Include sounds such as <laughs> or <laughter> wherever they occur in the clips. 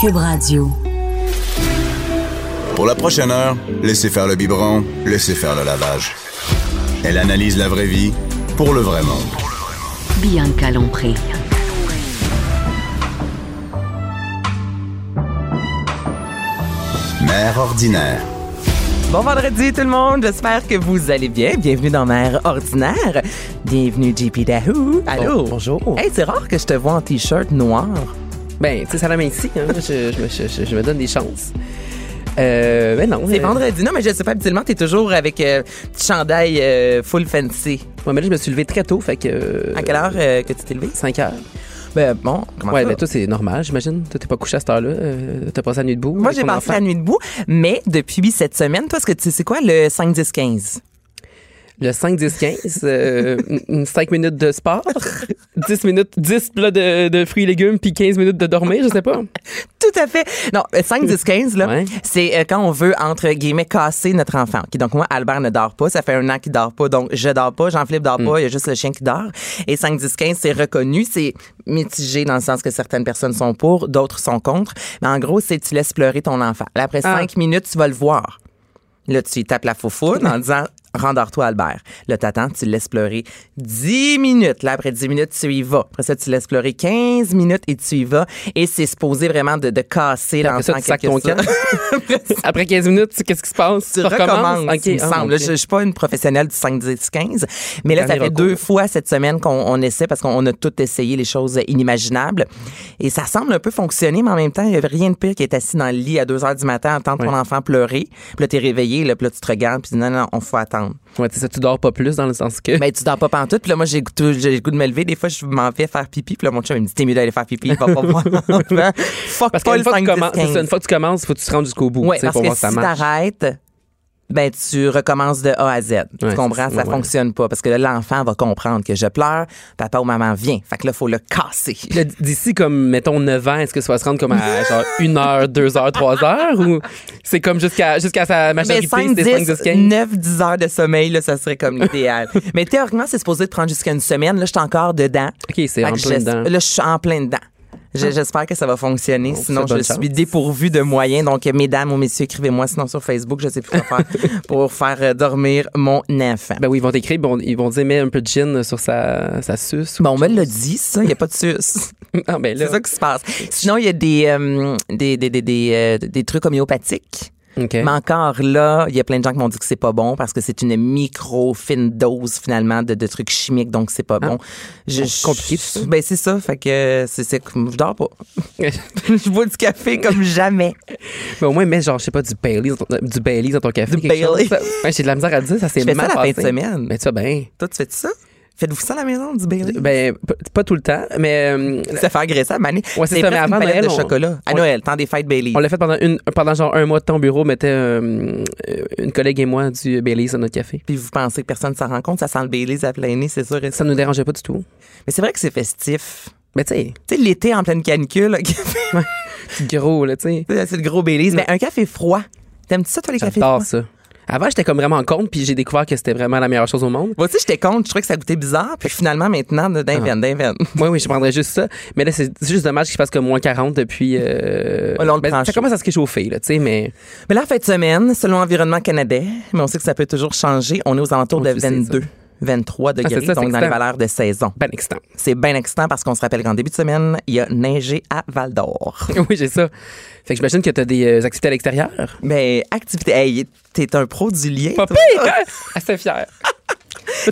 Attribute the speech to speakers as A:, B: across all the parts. A: Cube Radio.
B: Pour la prochaine heure, laissez faire le biberon, laissez faire le lavage. Elle analyse la vraie vie pour le vrai monde.
A: Bianca Lompré.
B: Mère ordinaire.
C: Bon vendredi tout le monde, j'espère que vous allez bien. Bienvenue dans Mère Ordinaire. Bienvenue JP Dahoo. Allô.
D: Bon- bonjour.
C: Hey, c'est rare que je te vois en t-shirt noir.
D: Ben, tu sais, ça la ici. Hein. Moi, je, je, me- je- je- je me donne des chances. Euh, mais non.
C: C'est
D: euh,
C: vendredi. Non, mais je sais pas, habituellement, t'es toujours avec euh, petit chandail euh, full fancy.
D: Euh, Ouais, mais là, je me suis levé très tôt, fait que. euh,
C: À quelle heure euh, que tu t'es levé?
D: 5 heures.
C: Ben bon, comment
D: ouais,
C: ça?
D: mais toi, c'est normal, j'imagine. Toi, t'es pas couché à cette heure-là. Euh, T'as passé la nuit debout.
C: Moi,
D: avec
C: j'ai
D: ton
C: passé la
D: enfant.
C: nuit debout, mais depuis cette semaine, toi, ce que tu sais, c'est quoi le 5-10-15?
D: Le 5, 10, 15. euh, une- une 5 minutes de sport.
C: <laughs>
D: 10 minutes, 10 plats de, de fruits et légumes, puis 15 minutes de dormir, je sais pas.
C: <laughs> Tout à fait. Non, euh, 5, 10, 15, là,
D: Ouais.
C: c'est euh, quand on veut, entre guillemets, casser notre enfant. OK, donc, moi, Albert ne dort pas. Ça fait un an qu'il dort pas. Donc, je dors pas. Jean-Philippe dort
D: Mm.
C: pas. Il y a juste le chien qui dort. Et 5, 10, 15, c'est reconnu. C'est mitigé dans le sens que certaines personnes sont pour, d'autres sont contre. Mais en gros, c'est tu laisses pleurer ton enfant. Là, après
D: Ah.
C: 5 minutes, tu vas le voir. Là, tu lui tapes la foufoune en disant Rendors-toi, Albert. Là, t'attends, tu le laisses pleurer 10 minutes. Là, après 10 minutes, tu y vas. Après ça, tu le laisses pleurer 15 minutes et tu y vas. Et c'est supposé vraiment de, de casser
D: Après ça,
C: l'enfant
D: tu sacs
C: quelque
D: ton
C: sorte.
D: camp. <laughs> Après 15 minutes, tu- qu'est-ce qui se passe?
C: Tu recommences,
D: OK.
C: il me
D: ah,
C: semble.
D: ok.
C: Je, je suis pas une professionnelle du 5, 10, 15, mais là, ça fait
D: Dernier recours.
C: deux fois cette semaine qu'on on essaie parce qu'on a tout essayé les choses inimaginables. Et ça semble un peu fonctionner, mais en même temps, il n'y a rien de pire qui est assis dans le lit à 2 heures du matin à entendre ton enfant pleurer. Puis là, t'es réveillé, là, puis là, tu te regardes, puis tu dis, non, non, on faut attendre.
D: Ouais, c'est ça, tu dors pas plus dans le sens que.
C: Mais Ben, tu dors pas pantoute. Puis là, moi, j'ai goût- j'ai le goût de me lever. Des fois, je m'en vais faire pipi. Puis là, mon chum, il me dit, t'es mieux d'aller faire pipi. Il va pas voir.
D: <laughs>
C: Fuck
D: Parce
C: pas le
D: qu'une fois, que tu
C: 5, 10,
D: commences- c'est
C: 15.
D: ça, une fois que tu commences, faut que tu te rendes jusqu'au bout.
C: Oui,
D: tu sais,
C: parce
D: pour
C: que
D: voir si ça
C: si
D: marche.
C: t'arrêtes, ben tu recommences de A à Z. tu
D: Ouais,
C: comprends?
D: c'est
C: Ça
D: ça, ouais.
C: fonctionne pas. Parce que là, l'enfant va comprendre que je pleure, papa ou maman vient. Fait que là, faut le
D: <laughs>
C: casser.
D: Puis là, D'ici, comme, mettons, 9 ans, est-ce que ça va se rendre comme à genre 1 heure, 2 heures, 3 heures ou c'est comme jusqu'à jusqu'à sa
C: Mais
D: majorité,
C: 5,
D: c'est 5, 10,
C: 10,
D: 15?
C: 9, 10 heures de sommeil, là, ça serait comme
D: <laughs>
C: l'idéal. Mais théoriquement, c'est supposé de prendre jusqu'à une semaine. Là, je suis encore dedans.
D: OK, c'est
C: Fait
D: en
C: que
D: plein
C: j'es-
D: dedans.
C: Là, je suis en plein dedans. J'ai- J'espère que ça va fonctionner,
D: vous
C: sinon
D: souhaite
C: je
D: bonne
C: suis
D: chance.
C: dépourvu de moyens. Donc, mesdames ou messieurs, écrivez-moi, sinon sur Facebook, je sais plus quoi faire
D: <laughs>
C: pour faire euh, dormir mon enfant.
D: Ben oui, ils vont t'écrire, bon, ils vont dire, mets un peu de gin sur sa, sa suce.
C: Bon, on me l'a dit, ça, il n'y a pas de sus.
D: <laughs> Ah, ben là.
C: C'est ça qui se passe. Sinon, il y a des, euh, des, des, des, des, euh, des trucs homéopathiques.
D: OK.
C: Mais
D: <laughs>
C: encore là, il y a plein de gens qui m'ont dit que c'est pas bon parce que c'est une micro fine dose finalement de, de trucs chimiques, donc c'est pas bon. Je-
D: C'est Ah. compliqué, tout ça.
C: Ben c'est ça, fait que c'est c'est je dors pas. <laughs> je bois du café comme jamais.
D: Mais Ben, au moins, mets genre, je sais pas, du Bailey dans ton, du Baileys dans ton café.
C: Du
D: quelque chose.
C: Baileys.
D: Ça- Ouais, J'ai de la misère à le dire, ça
C: Je
D: c'est
C: fais
D: mal
C: ça la fin de
D: passé.
C: semaine.
D: Mais tu vois, ben.
C: Toi, tu fais ça Faites-vous ça à la maison du Bailey
D: Ben, p- pas tout le temps, mais euh,
C: Ça fait agresser à Mané.
D: Ouais, c'est ça, mais
C: presque
D: avant
C: une palette
D: Noël,
C: de
D: on-
C: chocolat. À
D: on-
C: Noël, temps des fêtes Bailey.
D: On l'a fait pendant, une, pendant genre un mois de ton bureau, mettait euh, euh, une collègue et moi du Baileys dans notre café.
C: Puis vous pensez que personne s'en rend compte, ça sent le Bailey à plein nez, c'est sûr. et
D: Ça nous dérangeait pas du tout.
C: Mais c'est vrai que c'est festif.
D: Mais tu sais,
C: Tu sais, l'été en pleine canicule, là, <laughs>
D: petit gros, là, tu sais.
C: c'est le gros Baileys. Mais un café froid. T'aimes-tu ça, toi, les cafés froids?
D: J'adore ça. Avant, j'étais comme vraiment contre, puis j'ai découvert que c'était vraiment la meilleure chose au monde.
C: Moi aussi, j'étais contre. Je trouvais que ça goûtait bizarre. Puis finalement, maintenant, d'invente, d'invente.
D: Moi, oui, je prendrais juste ça. Mais là, c'est c'est juste dommage qu'il fasse comme moins 40 depuis. euh,
C: Oh là, on le
D: ben,
C: prend
D: ça
C: chaud.
D: commence à se réchauffer, là, tu sais, mais.
C: Mais là, en fin de semaine, selon Environnement Canada, mais on sait que ça peut toujours changer, on est aux alentours
D: On
C: de
D: le sait, ça.
C: 22. 23 degrés,
D: c'est
C: donc
D: ça, c'est
C: dans les
D: excitant.
C: valeurs de saison.
D: Ben excitant. <laughs>
C: C'est bien excitant parce qu'on se rappelle qu'en début de semaine, il y a neigé à Val d'Or.
D: oui, j'ai ça. Fait que j'imagine que t'as des euh, activités à l'extérieur.
C: Mais activité, hey, t'es un pro du lien.
D: Pas
C: toi.
D: pire, hein? Assez fier.
C: <laughs>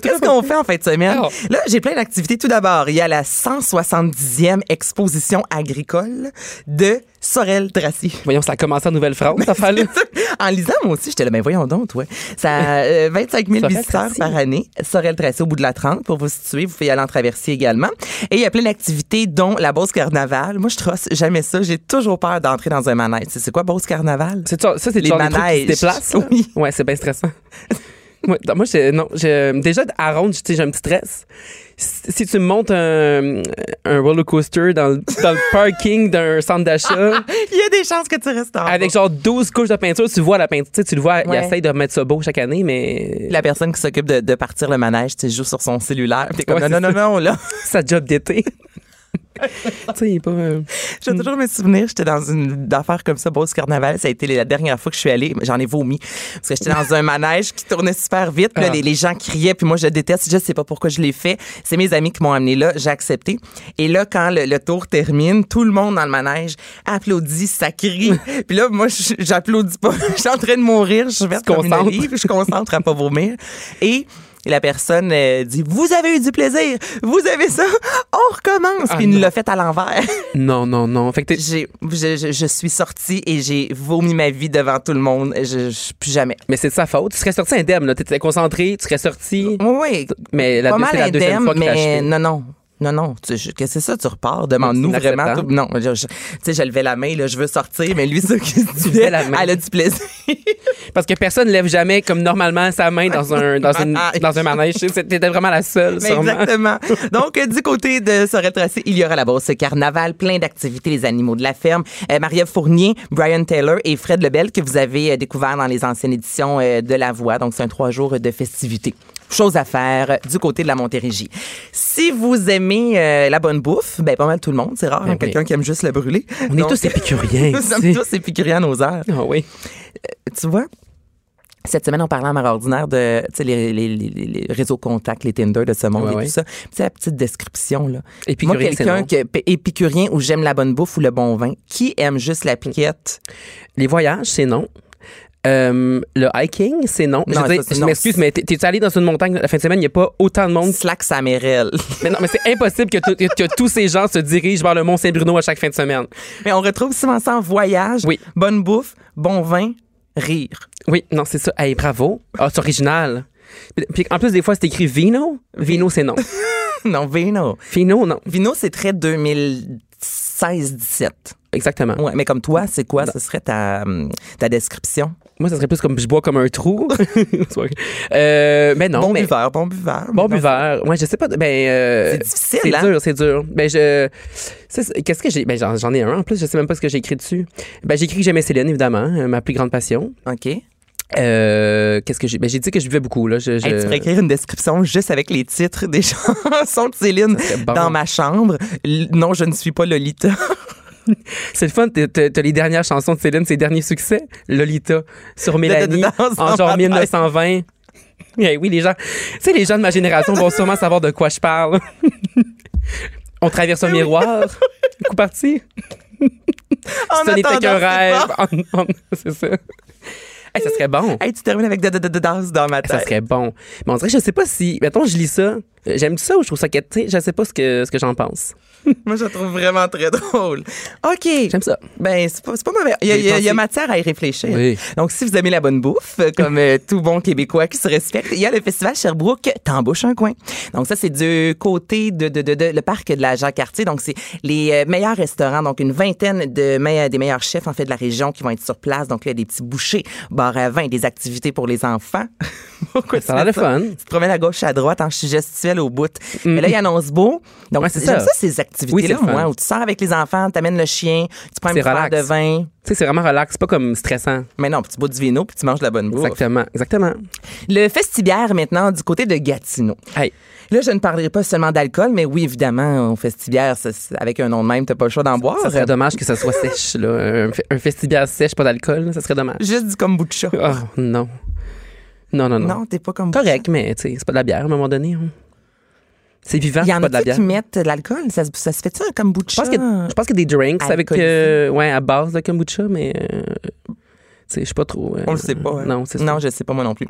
C: Qu'est-ce qu'on fait en fin de semaine?
D: Alors.
C: Là, j'ai plein d'activités. Tout d'abord, il y a la 170e exposition agricole de Sorel Dracy.
D: Voyons, ça a commencé en Nouvelle-France, cette affaire-là.
C: <laughs> en lisant, moi aussi, j'étais là, mais voyons donc, toi. Ça a euh, 25 000
D: Sorel
C: visiteurs
D: Tracy.
C: par année. Sorel Tracy au bout de la 30, pour vous situer. Vous pouvez y aller en traversier également. Et il y a plein d'activités, dont la Beauce Carnaval. Moi, je trosse jamais ça. J'ai toujours peur d'entrer dans un manège. C'est c'est quoi Beauce Carnaval?
D: C'est ça, ça, c'est le
C: Les
D: genre de trucs qui se
C: manèges.
D: déplacent. là.
C: Oui.
D: Ouais, c'est bien stressant. <laughs> moi, non, moi, j'ai- non, j'ai- déjà à ronde, tu sais, j'ai un petit stress. Si si tu me montes un, un roller coaster dans, le- dans le parking d'un centre
C: <laughs>
D: d'achat
C: <laughs> Il y a des chances que tu restes en
D: avec
C: bas.
D: genre 12 couches de peinture, tu vois la peinture, tu sais, tu le vois, il
C: Ouais.
D: essaye de remettre ça beau chaque année, mais
C: la personne qui s'occupe de, de partir le manège, tu sais, joue sur son cellulaire. Puis T'es comme,
D: Ouais,
C: non, non,
D: c'est
C: non, non, là.
D: <laughs> sa
C: <laughs>
D: job d'été. tu sais, il est pas. euh,
C: Je vais toujours me souvenir, j'étais dans une affaire comme ça, Beauce Carnaval. Ça a été la dernière fois que je suis allée. J'en ai vomi. Parce que j'étais dans un manège qui tournait super vite. puis là,
D: Ah.
C: les, les gens criaient. Puis moi, je déteste. Je sais pas pourquoi je l'ai fait. C'est mes amis qui m'ont amené là. J'ai accepté. Et là, quand le, le tour termine, tout le monde dans le manège applaudit, ça
D: <laughs>
C: crie. puis là, moi, je- j'applaudis pas. <laughs> Je suis en train de mourir. Je suis verte
D: Tu
C: comme une
D: concentres.
C: olive. Je concentre à pas vomir. Et... la personne euh, dit vous avez eu du plaisir, vous avez ça, on recommence.
D: Ah
C: Puis il nous
D: non.
C: l'a fait à l'envers.
D: Non, non, non. Fait que t'es-
C: J'ai- je, je- je suis sortie et j'ai vomi ma vie devant tout le monde. Je, je- plus jamais.
D: mais c'est de sa faute. Tu serais sorti indemne, là. T'étais concentré, tu serais sorti.
C: Oui, oui.
D: Mais la,
C: Pas
D: c'est
C: mal
D: la deuxième
C: indemne,
D: fois que t'as
C: mais
D: acheté.
C: non, non. Non, non, tu- je- qu'est-ce que c'est ça, tu repars, demande-nous
D: C'est
C: vraiment.
D: inacceptable.
C: tout- non, je- je- tu sais, je levais la main, là, je veux sortir, mais lui, <laughs> ça, qu'est-ce que tu fais?
D: levais la main.
C: Elle a du plaisir.
D: Parce que personne ne lève jamais comme normalement sa
C: <laughs>
D: main dans un, dans une, dans un manège. Tu sais, T'étais vraiment la
C: Ah,
D: seule,
C: Mais
D: sûrement.
C: Ben, exactement. Donc, euh, du côté de Sorel Tracé, il y aura la bourse carnaval, plein d'activités, les animaux de la ferme. Euh, Marie-Ève Fournier, Brian Taylor et Fred Lebel que vous avez euh, découvert dans les anciennes éditions euh, de La Voix. Donc, c'est un trois jours de festivités. Chose à faire euh, du côté de la Montérégie. Si vous aimez euh, la bonne bouffe, ben pas mal tout le monde, c'est rare, hein,
D: oui.
C: quelqu'un qui aime juste le brûler.
D: On est tous épicuriens,
C: <laughs> nous sommes
D: tu sais.
C: tous épicuriens à nos heures
D: <laughs> Ah oui.
C: tu vois, cette semaine, on parlait à Mère Ordinaire de tu sais, les, les- les- les réseaux contacts, les Tinder de ce monde
D: Ouais,
C: et
D: ouais.
C: tout ça. Puis, Tu sais, la petite description, là.
D: Épicurien,
C: Moi, quelqu'un qui est épicurien ou j'aime la bonne bouffe ou le bon vin, qui aime juste la piquette?
D: Les voyages, c'est non. Euh, le hiking, c'est non.
C: Non,
D: je veux
C: ça,
D: dire,
C: c'est
D: je
C: non.
D: m'excuse, mais t'es- t'es-tu allé dans une montagne la fin de semaine? Il n'y a pas autant de monde.
C: Slack Samerel.
D: Mais non, mais c'est impossible que, tout- que tous ces gens se dirigent vers le Mont Saint-Bruno à chaque fin de semaine.
C: <laughs> Mais on retrouve souvent ça en voyage.
D: Oui.
C: Bonne bouffe, bon vin, rire. <laughs>
D: Oui, non, c'est ça. Hey, bravo. Ah, c'est original. Puis- Puis en plus, des fois, c'est écrit vino. Vino, c'est non.
C: non, vino.
D: Vino, non.
C: Vino, c'est très 2016-17.
D: Exactement.
C: Ouais, mais comme toi, c'est quoi? Ce serait ta, hum, ta description?
D: Moi, ça serait plus comme je bois comme un trou. <laughs> Euh, mais non,
C: bon
D: mais
C: buveur, bon buveur.
D: bon
C: Non,
D: buveur. Ouais, je sais pas. Ben, euh,
C: C'est difficile,
D: C'est
C: hein?
D: dur, c'est dur. Ben, je. c'est- c'est- Qu'est-ce que j'ai. Ben, j'en j'en ai un en plus. Je sais même pas ce que j'ai écrit dessus. Ben, j'ai écrit que j'aimais Céline, évidemment, euh, ma plus grande passion.
C: OK.
D: Euh, Qu'est-ce que j'ai. Ben, j'ai dit que je vivais beaucoup, là. Je, je-
C: Hey, tu pourrais écrire une description juste avec les titres des <laughs> chansons de Céline
D: serait bon.
C: dans ma chambre. L- non, je ne suis pas
D: <laughs>
C: Lolita.
D: C'est le fun. t'as- T'as t'as les dernières chansons de Céline, ses derniers succès. Lolita,
C: <laughs>
D: sur Mélanie,
C: Dans- dans
D: en
C: ma
D: genre
C: tête.
D: 1920. Eh oui, les gens. Tu sais, les gens de ma génération vont sûrement savoir de quoi je parle. <laughs> On traverse un
C: Ben
D: miroir.
C: <laughs>
D: Coup parti.
C: En
D: Ce n'était
C: attendant,
D: qu'un
C: c'est
D: rêve.
C: bon.
D: En- en- <laughs> C'est ça. Eh, ça serait bon. Eh,
C: Hey, ben. tu termines avec de, de, de, de danse dans ma
D: Ça
C: tête.
D: serait bon. Mais on dirait, je sais pas si. Mettons, je lis ça. Euh, J'aime ça ou je trouve ça quête. Je sais pas ce que, ce que j'en pense.
C: Moi, je la trouve vraiment très <laughs> drôle. OK.
D: J'aime ça.
C: Ben, c'est pas, c'est pas mauvais. Il y, a,
D: J'ai
C: il y a- il y a
D: pensé.
C: matière à y réfléchir.
D: Oui.
C: Donc, si vous aimez la bonne bouffe, euh, comme euh, tout bon Québécois qui se respecte, il y a le festival Sherbrooke T'embauches un coin. Donc, ça, c'est du côté de, de, de, de- le parc de la Jacques-Cartier. Donc, c'est les euh, meilleurs restaurants. Donc, une vingtaine de me- euh, des meilleurs chefs, en fait, de la région qui vont être sur place. Donc, là, il y a des petits bouchers, bar à vin, des activités pour les enfants. <laughs> Pourquoi
D: Ça
C: tu
D: a l'air
C: fais
D: le fun. Mm-hmm.
C: Tu te promènes à gauche, à droite en suggestuel au bout. Mais là, il annonce beau. Donc,
D: Ouais, c'est
C: c'est j'aime
D: ça.
C: ça, ces
D: Oui, c'est
C: activités-là,
D: le fun.
C: moi, où tu sors avec les enfants, t'amènes le chien, tu prends un
D: C'est
C: petit verre
D: relax.
C: de vin.
D: Tu sais, c'est vraiment relax. C'est pas comme stressant.
C: Mais non, puis tu bois du vino puis tu manges de la bonne bouffe.
D: Exactement. Exactement.
C: Le festibiaire maintenant du côté de Gatineau.
D: Hey.
C: Là, je ne parlerai pas seulement d'alcool, mais oui, évidemment, au festibiaire, ça, c'est- avec un nom de même, t'as pas le choix d'en boire.
D: Ça serait dommage que ça soit sèche, là. Un, fe- un festival sèche, pas d'alcool, là, ça serait dommage.
C: Juste du kombucha.
D: Oh, non. Non, non, non.
C: Non, t'es pas comme
D: Correct, mais tu sais, c'est pas de la bière à un moment donné. hein. C'est vivant,
C: Il y
D: c'est
C: en
D: pas de la
C: a qui
D: bière.
C: mettent de l'alcool. Ça, se- ça se fait ça, un kombucha?
D: Je pense que je pense que des drinks avec
C: Alcoolisé.
D: euh, ouais à base de kombucha mais euh, tu sais, je suis pas trop euh,
C: On le sait pas. hein.
D: Non, c'est ça.
C: Non, je le sais pas moi non plus.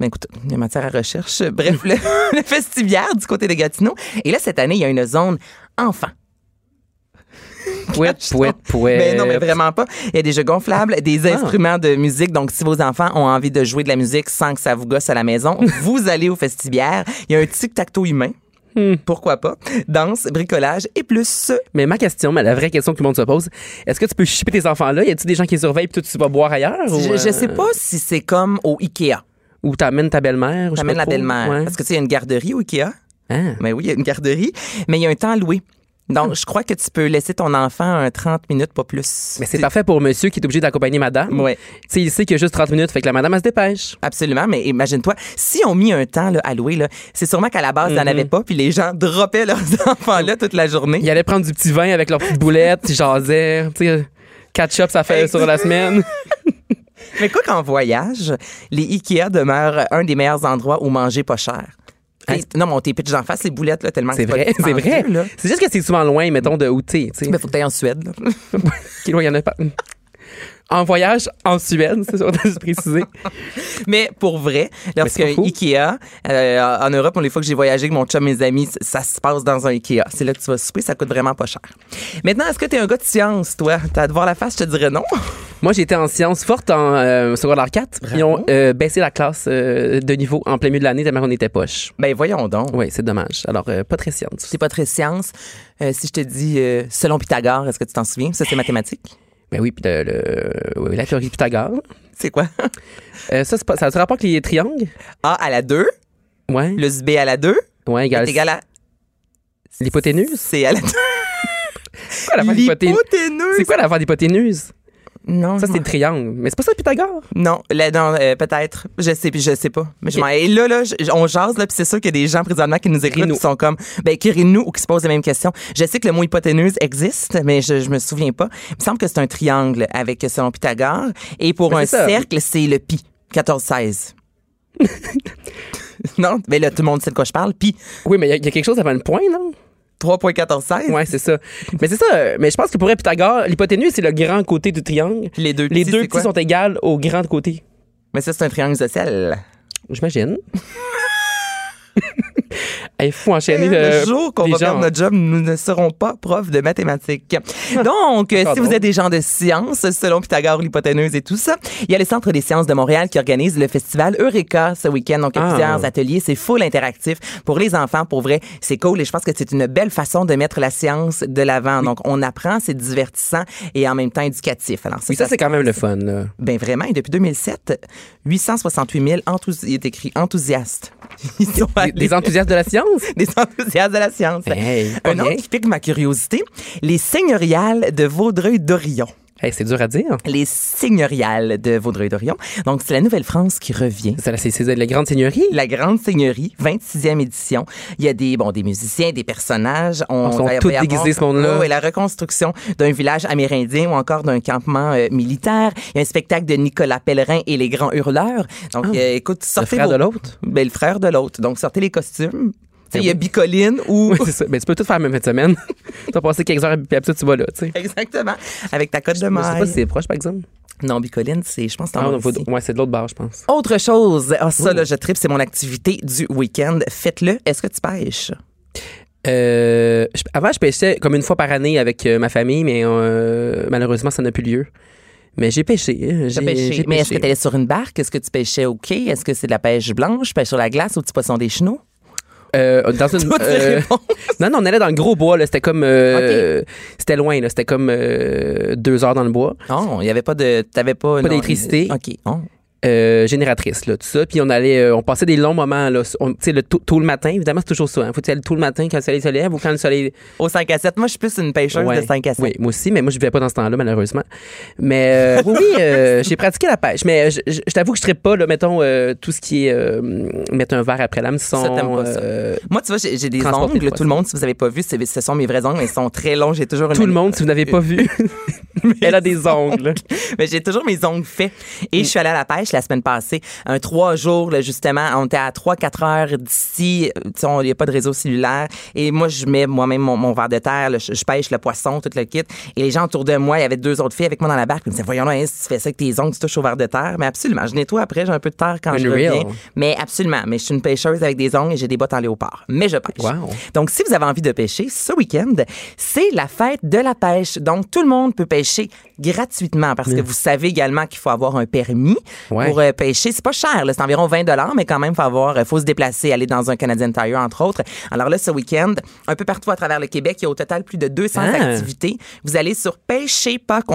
C: Ben écoute, il y a matière à recherche. Bref, le, le <laughs> festivière du côté de Gatineau. Et là, cette année, il y a une zone enfant.
D: Pouet, pouet, pouet. Ah.
C: Mais Ben non, mais vraiment pas. Il y a des jeux gonflables, des instruments de musique. Donc, si vos enfants ont envie de jouer de la musique sans que ça vous gosse à la
D: <laughs>
C: maison, vous allez au festibiaire. Il y a un tic-tac-toe humain.
D: Hmm.
C: Pourquoi pas? Danse, bricolage et plus.
D: Mais ma question, mais la vraie question que tout le monde se pose, est-ce que tu peux chipper tes enfants là? Y a-t-il des gens qui les surveillent puis toi, tu vas boire ailleurs? ou,
C: Je, je
D: euh,
C: sais pas si c'est comme au Ikea.
D: Ou t'amènes ta belle-mère? ou je sais
C: T'amènes
D: pas
C: la
D: trop.
C: belle-mère.
D: Ouais.
C: Parce que tu sais, il y a une garderie au Ikea.
D: Ah.
C: Mais oui, il y a une garderie. Mais il y a un temps loué. Donc, je crois que tu peux laisser ton enfant un 30 minutes, pas plus.
D: Mais c'est parfait pour monsieur qui est obligé d'accompagner madame.
C: Ouais.
D: Tu sais, il sait qu'il y a juste 30 minutes, fait que la madame, elle se dépêche.
C: Absolument, mais imagine-toi, si on mis un temps là, à louer, là, c'est sûrement qu'à la base, il n'y en avait pas, puis les gens droppaient leurs <laughs> enfants là toute la journée.
D: Il allait prendre du petit vin avec leur petite boulette, ils jasaient, tu sais, ketchup, ça fait sur
C: <laughs>
D: la semaine.
C: Mais quoi qu'en voyage, les Ikea demeurent un des meilleurs endroits où manger pas cher. T'sais, Non, mais on t'épite d'en face les boulettes, là, tellement que
D: C'est
C: pas
D: vrai, c'est
C: dispendieux,
D: vrai.
C: là.
D: C'est juste que c'est souvent loin, mettons, de où t'es, tu sais.
C: Mais faut que t'ailles en Suède. là.
D: Qui loin, il y en a pas. En voyage en Suède, <laughs> c'est ça, on a juste précisé.
C: <laughs> Mais pour vrai, lorsque
D: c'est pas fou.
C: Ikea, euh, en Europe, les fois que j'ai voyagé avec mon chum, mes amis, ça se passe dans un Ikea. C'est là que tu vas souper, ça coûte vraiment pas cher. Maintenant, est-ce que t'es un gars de science, toi? T'as à te voir la face, je te dirais non. <laughs>
D: Moi, j'étais en sciences fortes en euh, secondaire 4. Ils ont euh, baissé la classe euh, de niveau en plein milieu de l'année tellement qu'on était poche.
C: Ben voyons donc.
D: Oui, c'est dommage. Alors, euh, pas très science.
C: c'est pas très science. Euh, si je te dis euh, selon Pythagore, est-ce que tu t'en souviens? Ça, c'est
D: <laughs>
C: mathématique.
D: Ben oui, puis le- le- oui, la théorie de Pythagore.
C: C'est quoi?
D: Euh, ça, c'est pas- ça se rapporte avec les triangles?
C: <laughs> A à la 2
D: Ouais.
C: plus B à la 2
D: ouais,
C: est
D: égal.
C: égal à
D: L'hypoténuse?
C: C
D: <laughs>
C: à la 2.
D: C'est quoi l'affaire d'hypoténuse? C'est quoi l'affaire d'hypoténuse?
C: Non,
D: Ça, c'est le triangle. Mais c'est pas ça, Pythagore?
C: non, là, non euh, peut-être. Je sais, je sais pas. Mais je m'en- Et là, là, je- on jase, là, puis c'est sûr qu'il y a des gens présentement qui nous écrivent
D: Ris-nous.
C: qui sont comme, ben, qui rient de nous ou qui se posent les mêmes questions. Je sais que le mot hypoténuse existe, mais je, je me souviens pas. Il me semble que c'est un triangle avec selon Pythagore. Et pour
D: Mais
C: un
D: c'est ça.
C: cercle, c'est le pi.
D: <laughs>
C: 14-16. non, mais là, tout le monde sait de quoi je parle. Pi.
D: Oui, mais il y, a- il y a quelque chose avant le point, non?
C: 3.14-16.
D: Ouais, c'est ça. Mais c'est ça. euh, Mais je pense que pour Pythagore, l'hypoténuse, c'est le grand côté du triangle.
C: Puis Les deux
D: Les
C: petits,
D: deux
C: c'est quoi?
D: petits sont égales au grand côté.
C: Mais ça, c'est un triangle isocèle. <laughs>
D: J'imagine. Il faut enchaîner le,
C: Euh, Le jour qu'on
D: euh, les
C: va
D: gens.
C: perdre notre job, nous ne serons pas profs de mathématiques.
D: <laughs>
C: Donc, euh, si
D: Pardon.
C: vous êtes des gens de sciences, selon Pythagore, l'hypoténuse et tout ça, il y a le Centre des sciences de Montréal qui organise le festival Eureka ce week-end. Donc, il y a
D: Ah.
C: plusieurs ateliers. C'est full interactif pour les enfants. Pour vrai, c'est cool et je pense que c'est une belle façon de mettre la science de l'avant. Donc, on apprend, c'est divertissant et en même temps éducatif. Alors,
D: Oui, ça, c'est quand même le fun, là.
C: ben vraiment, et depuis 2007, 868 000 enthousi- il est écrit enthousiastes. <laughs> Ils sont
D: Des,
C: allés-
D: des enthousiastes de la science?
C: <laughs> des enthousiastes de la science.
D: Hey, pas
C: un autre
D: bien.
C: qui pique ma curiosité, les seigneuriales de Vaudreuil-Dorion.
D: Hey, c'est dur à dire.
C: Les seigneuriales de Vaudreuil-Dorion. Donc, c'est la Nouvelle-France qui revient.
D: C'est la- C'est c'est la grande seigneurie.
C: La Grande Seigneurie, 26e édition. Il y a des, bon, des musiciens, des personnages. On
D: sont
C: va y
D: tous
C: avoir-
D: déguisés, ce monde-là.
C: Oh, et la reconstruction d'un village amérindien ou encore d'un campement euh, militaire. Il y a un spectacle de Nicolas Pellerin et les Grands Hurleurs. Donc, euh, écoute,
D: Ah, Le
C: sortez
D: frère
C: vos-
D: de l'autre.
C: Ben, le frère de l'autre. Donc, sortez les costumes. Tu sais,
D: Ben
C: Il y a
D: oui.
C: Bicoline ou...
D: Oui, <laughs> c'est ça. Mais tu peux tout faire la même fin de semaine. <laughs> tu vas passer quelques heures, puis après ça, tu vas là, tu sais.
C: <laughs> Exactement. Avec ta cote de
D: Je sais pas
C: maille.
D: si c'est proche, par exemple.
C: Non, bicoline, c'est, je pense, que t'en
D: Ah,
C: as
D: non, faut-
C: aussi.
D: ouais, c'est de l'autre barre, je pense.
C: Autre chose, ah, ça, là, je tripe, c'est mon activité du week-end. Faites-le. Est-ce que tu pêches?
D: Euh, je- avant, je pêchais comme une fois par année avec euh, ma famille, mais euh, malheureusement, ça n'a plus lieu. Mais j'ai pêché. hein.
C: T'as
D: J'ai
C: pêché.
D: j'ai
C: Mais est-ce que
D: pêché.
C: tu allais sur une barque? Est-ce que tu pêchais au quai? Est-ce que c'est de la pêche blanche, pêche sur la glace, au petit poisson des chenaux?
D: Euh, dans une.
C: Toi, <laughs> tu
D: euh,
C: réponds.
D: non, non, on allait dans le gros bois. là. C'était comme. euh, C'était loin. là. C'était comme euh, deux heures dans le bois.
C: Non, il n'y avait pas de. T'avais pas. non,
D: d'électricité.
C: OK. Oh.
D: Euh, génératrice, là, tout ça. Puis on allait. euh, on passait des longs moments. là. On- Tu sais, le tôt, tôt le matin, évidemment, c'est toujours ça. Il Faut que tu ailles tôt le matin quand le soleil se lève ou quand le soleil.
C: Au 5 à 7. Moi, je suis plus une pêcheuse
D: Ouais.
C: de 5 à 7.
D: Oui, moi aussi, mais moi, je vivais pas dans ce temps-là, malheureusement. Mais euh, oui, oui,
C: <laughs>
D: euh, j'ai pratiqué la pêche. Mais je, je- je t'avoue que je ne pas, là, mettons, euh, tout ce qui est euh, mettre un verre après l'hameçon.
C: Ça, t'aimes pas ça.
D: euh,
C: Moi, tu vois, j'ai j'ai des
D: Transporter
C: ongles.
D: le
C: Tout le monde, si vous avez pas vu, c'est- ce sont mes vrais ongles. Ils sont très longs. J'ai toujours une
D: tout le
C: amie- <laughs>
D: monde, si vous n'avez pas vu, Elle a des ongles.
C: Mais j'ai toujours mes ongles faits. Et je suis allée à la pêche la semaine passée, un trois jours, là, justement. On était à 3-4 heures d'ici. Tu sais, on- Il n'y a pas de réseau cellulaire. Et moi, je mets moi-même mon, mon verre de terre. là, je, je pêche le poisson, tout le kit. Et les gens autour de moi, il y avait deux autres filles avec moi dans la barque. Ils me disaient, voyons là, hein, si tu fais ça avec tes ongles, tu touches au verre de terre. Mais absolument, je nettoie après, j'ai un peu de terre quand je
D: Unreal.
C: reviens. Mais absolument. Mais je suis une pêcheuse avec des ongles et j'ai des bottes en léopard. Mais je pêche.
D: Wow.
C: Donc, si vous avez envie de pêcher, ce week-end, c'est la fête de la pêche. Donc, tout le monde peut pêcher gratuitement parce que vous savez également qu'il faut avoir un permis
D: Mm. Ouais.
C: pour euh, pêcher. C'est pas cher, là. c'est environ 20 mais quand même, faut avoir, euh, faut se déplacer, aller dans un Canadian Tire, entre autres. Alors là, ce week-end, un peu partout à travers le Québec, il y a au total plus de 200
D: Ah.
C: activités. Vous allez sur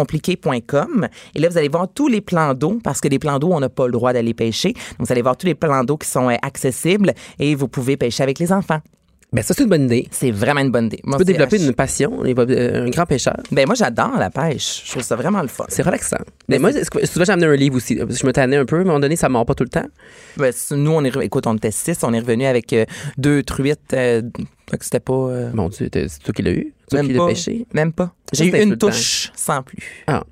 C: pêcherpascompliqué.com et là, vous allez voir tous les plans d'eau parce que les plans d'eau, on n'a pas le droit d'aller pêcher. Donc, vous allez voir tous les plans d'eau qui sont euh, accessibles et vous pouvez pêcher avec les enfants.
D: Ben, ça, c'est une bonne idée.
C: C'est vraiment une bonne idée. Moi,
D: Tu peux
C: c'est-
D: développer une passion, les bob- euh, un grand pêcheur.
C: Ben moi j'adore la pêche. Je trouve ça vraiment le fun.
D: C'est relaxant. Mais moi, c'est- souvent, j'ai amené un livre aussi. parce que Je me tannais un peu, mais à un moment donné, ça ne mord pas tout le temps.
C: Ben, c'est- nous on est re- écoute on était six, on est revenu avec euh, deux truites. euh, fait que c'était pas euh,
D: Mon Dieu, t'es- c'est toi qui l'as eu. C'est toi
C: même
D: qui l'as
C: pas.
D: pêché.
C: Même pas. J'ai eu
D: c'était
C: une
D: tout le temps.
C: touche sans plus.
D: Ah.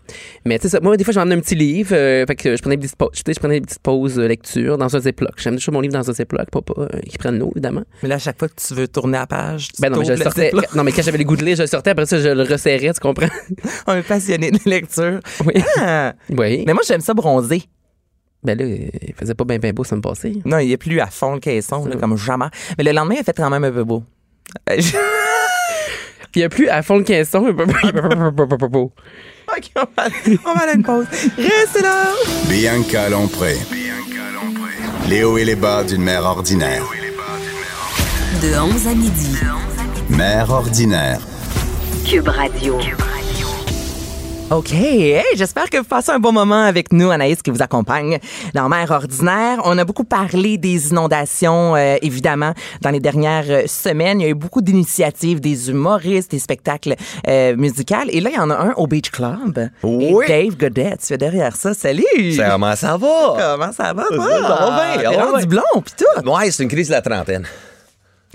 D: Mais tu sais, ça, moi, des fois, j'emmène un petit livre. euh, fait que je prenais des petites pauses, tu sais, je prenais des petites pauses euh, lecture dans un Ziploc. J'aime toujours mon livre dans un Ziploc, pas, pas euh, qui prennent l'eau, évidemment.
C: Mais là à chaque fois que tu veux tourner la page, tu
D: Ben non, mais je
C: t'ouvres
D: le
C: le
D: sortais.
C: Ziploc.
D: Non, mais quand j'avais les goûts de lire, je le sortais. Après ça, je le resserrais, tu comprends?
C: un passionné de lecture.
D: Oui.
C: Ah!
D: Oui.
C: Mais moi j'aime ça bronzer.
D: Ben là, il faisait pas bien, bien beau, ça me passait.
C: Non, il est plus à fond le caisson là, comme jamais. Mais le lendemain il a fait quand même un peu beau. <laughs> Euh, je-
D: Puis il n'y a plus à fond le caisson. Moi,
C: OK, on va, on va aller à une pause. Restez là.
B: Bianca Lompré. Les hauts et les bas d'une mère ordinaire.
A: De 11 à midi.
B: Mère ordinaire.
A: Cube Radio.
C: OK. Hey, j'espère que vous passez un bon moment avec nous, Anaïs, qui vous accompagne dans Mère Ordinaire. On a beaucoup parlé des inondations, euh, évidemment, dans les dernières euh, semaines. Il y a eu beaucoup d'initiatives, des humoristes, des spectacles euh, musicaux. Et là, il y en a un au Beach Club.
E: Oui.
C: Et Dave Godet, tu es derrière ça. Salut!
E: Comment ça va?
C: Comment ça va, toi?
E: Ça va bien, Ah
C: T'es
E: ça va
C: rendu
E: bien.
C: blond, pis tout.
E: Ouais, c'est une crise de la trentaine.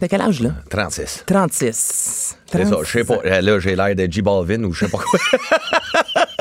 C: T'as quel âge, là?
E: 36.
C: 36.
E: C'est ça, je sais pas. Euh, Là, j'ai l'air de J Balvin ou je sais pas quoi. <laughs>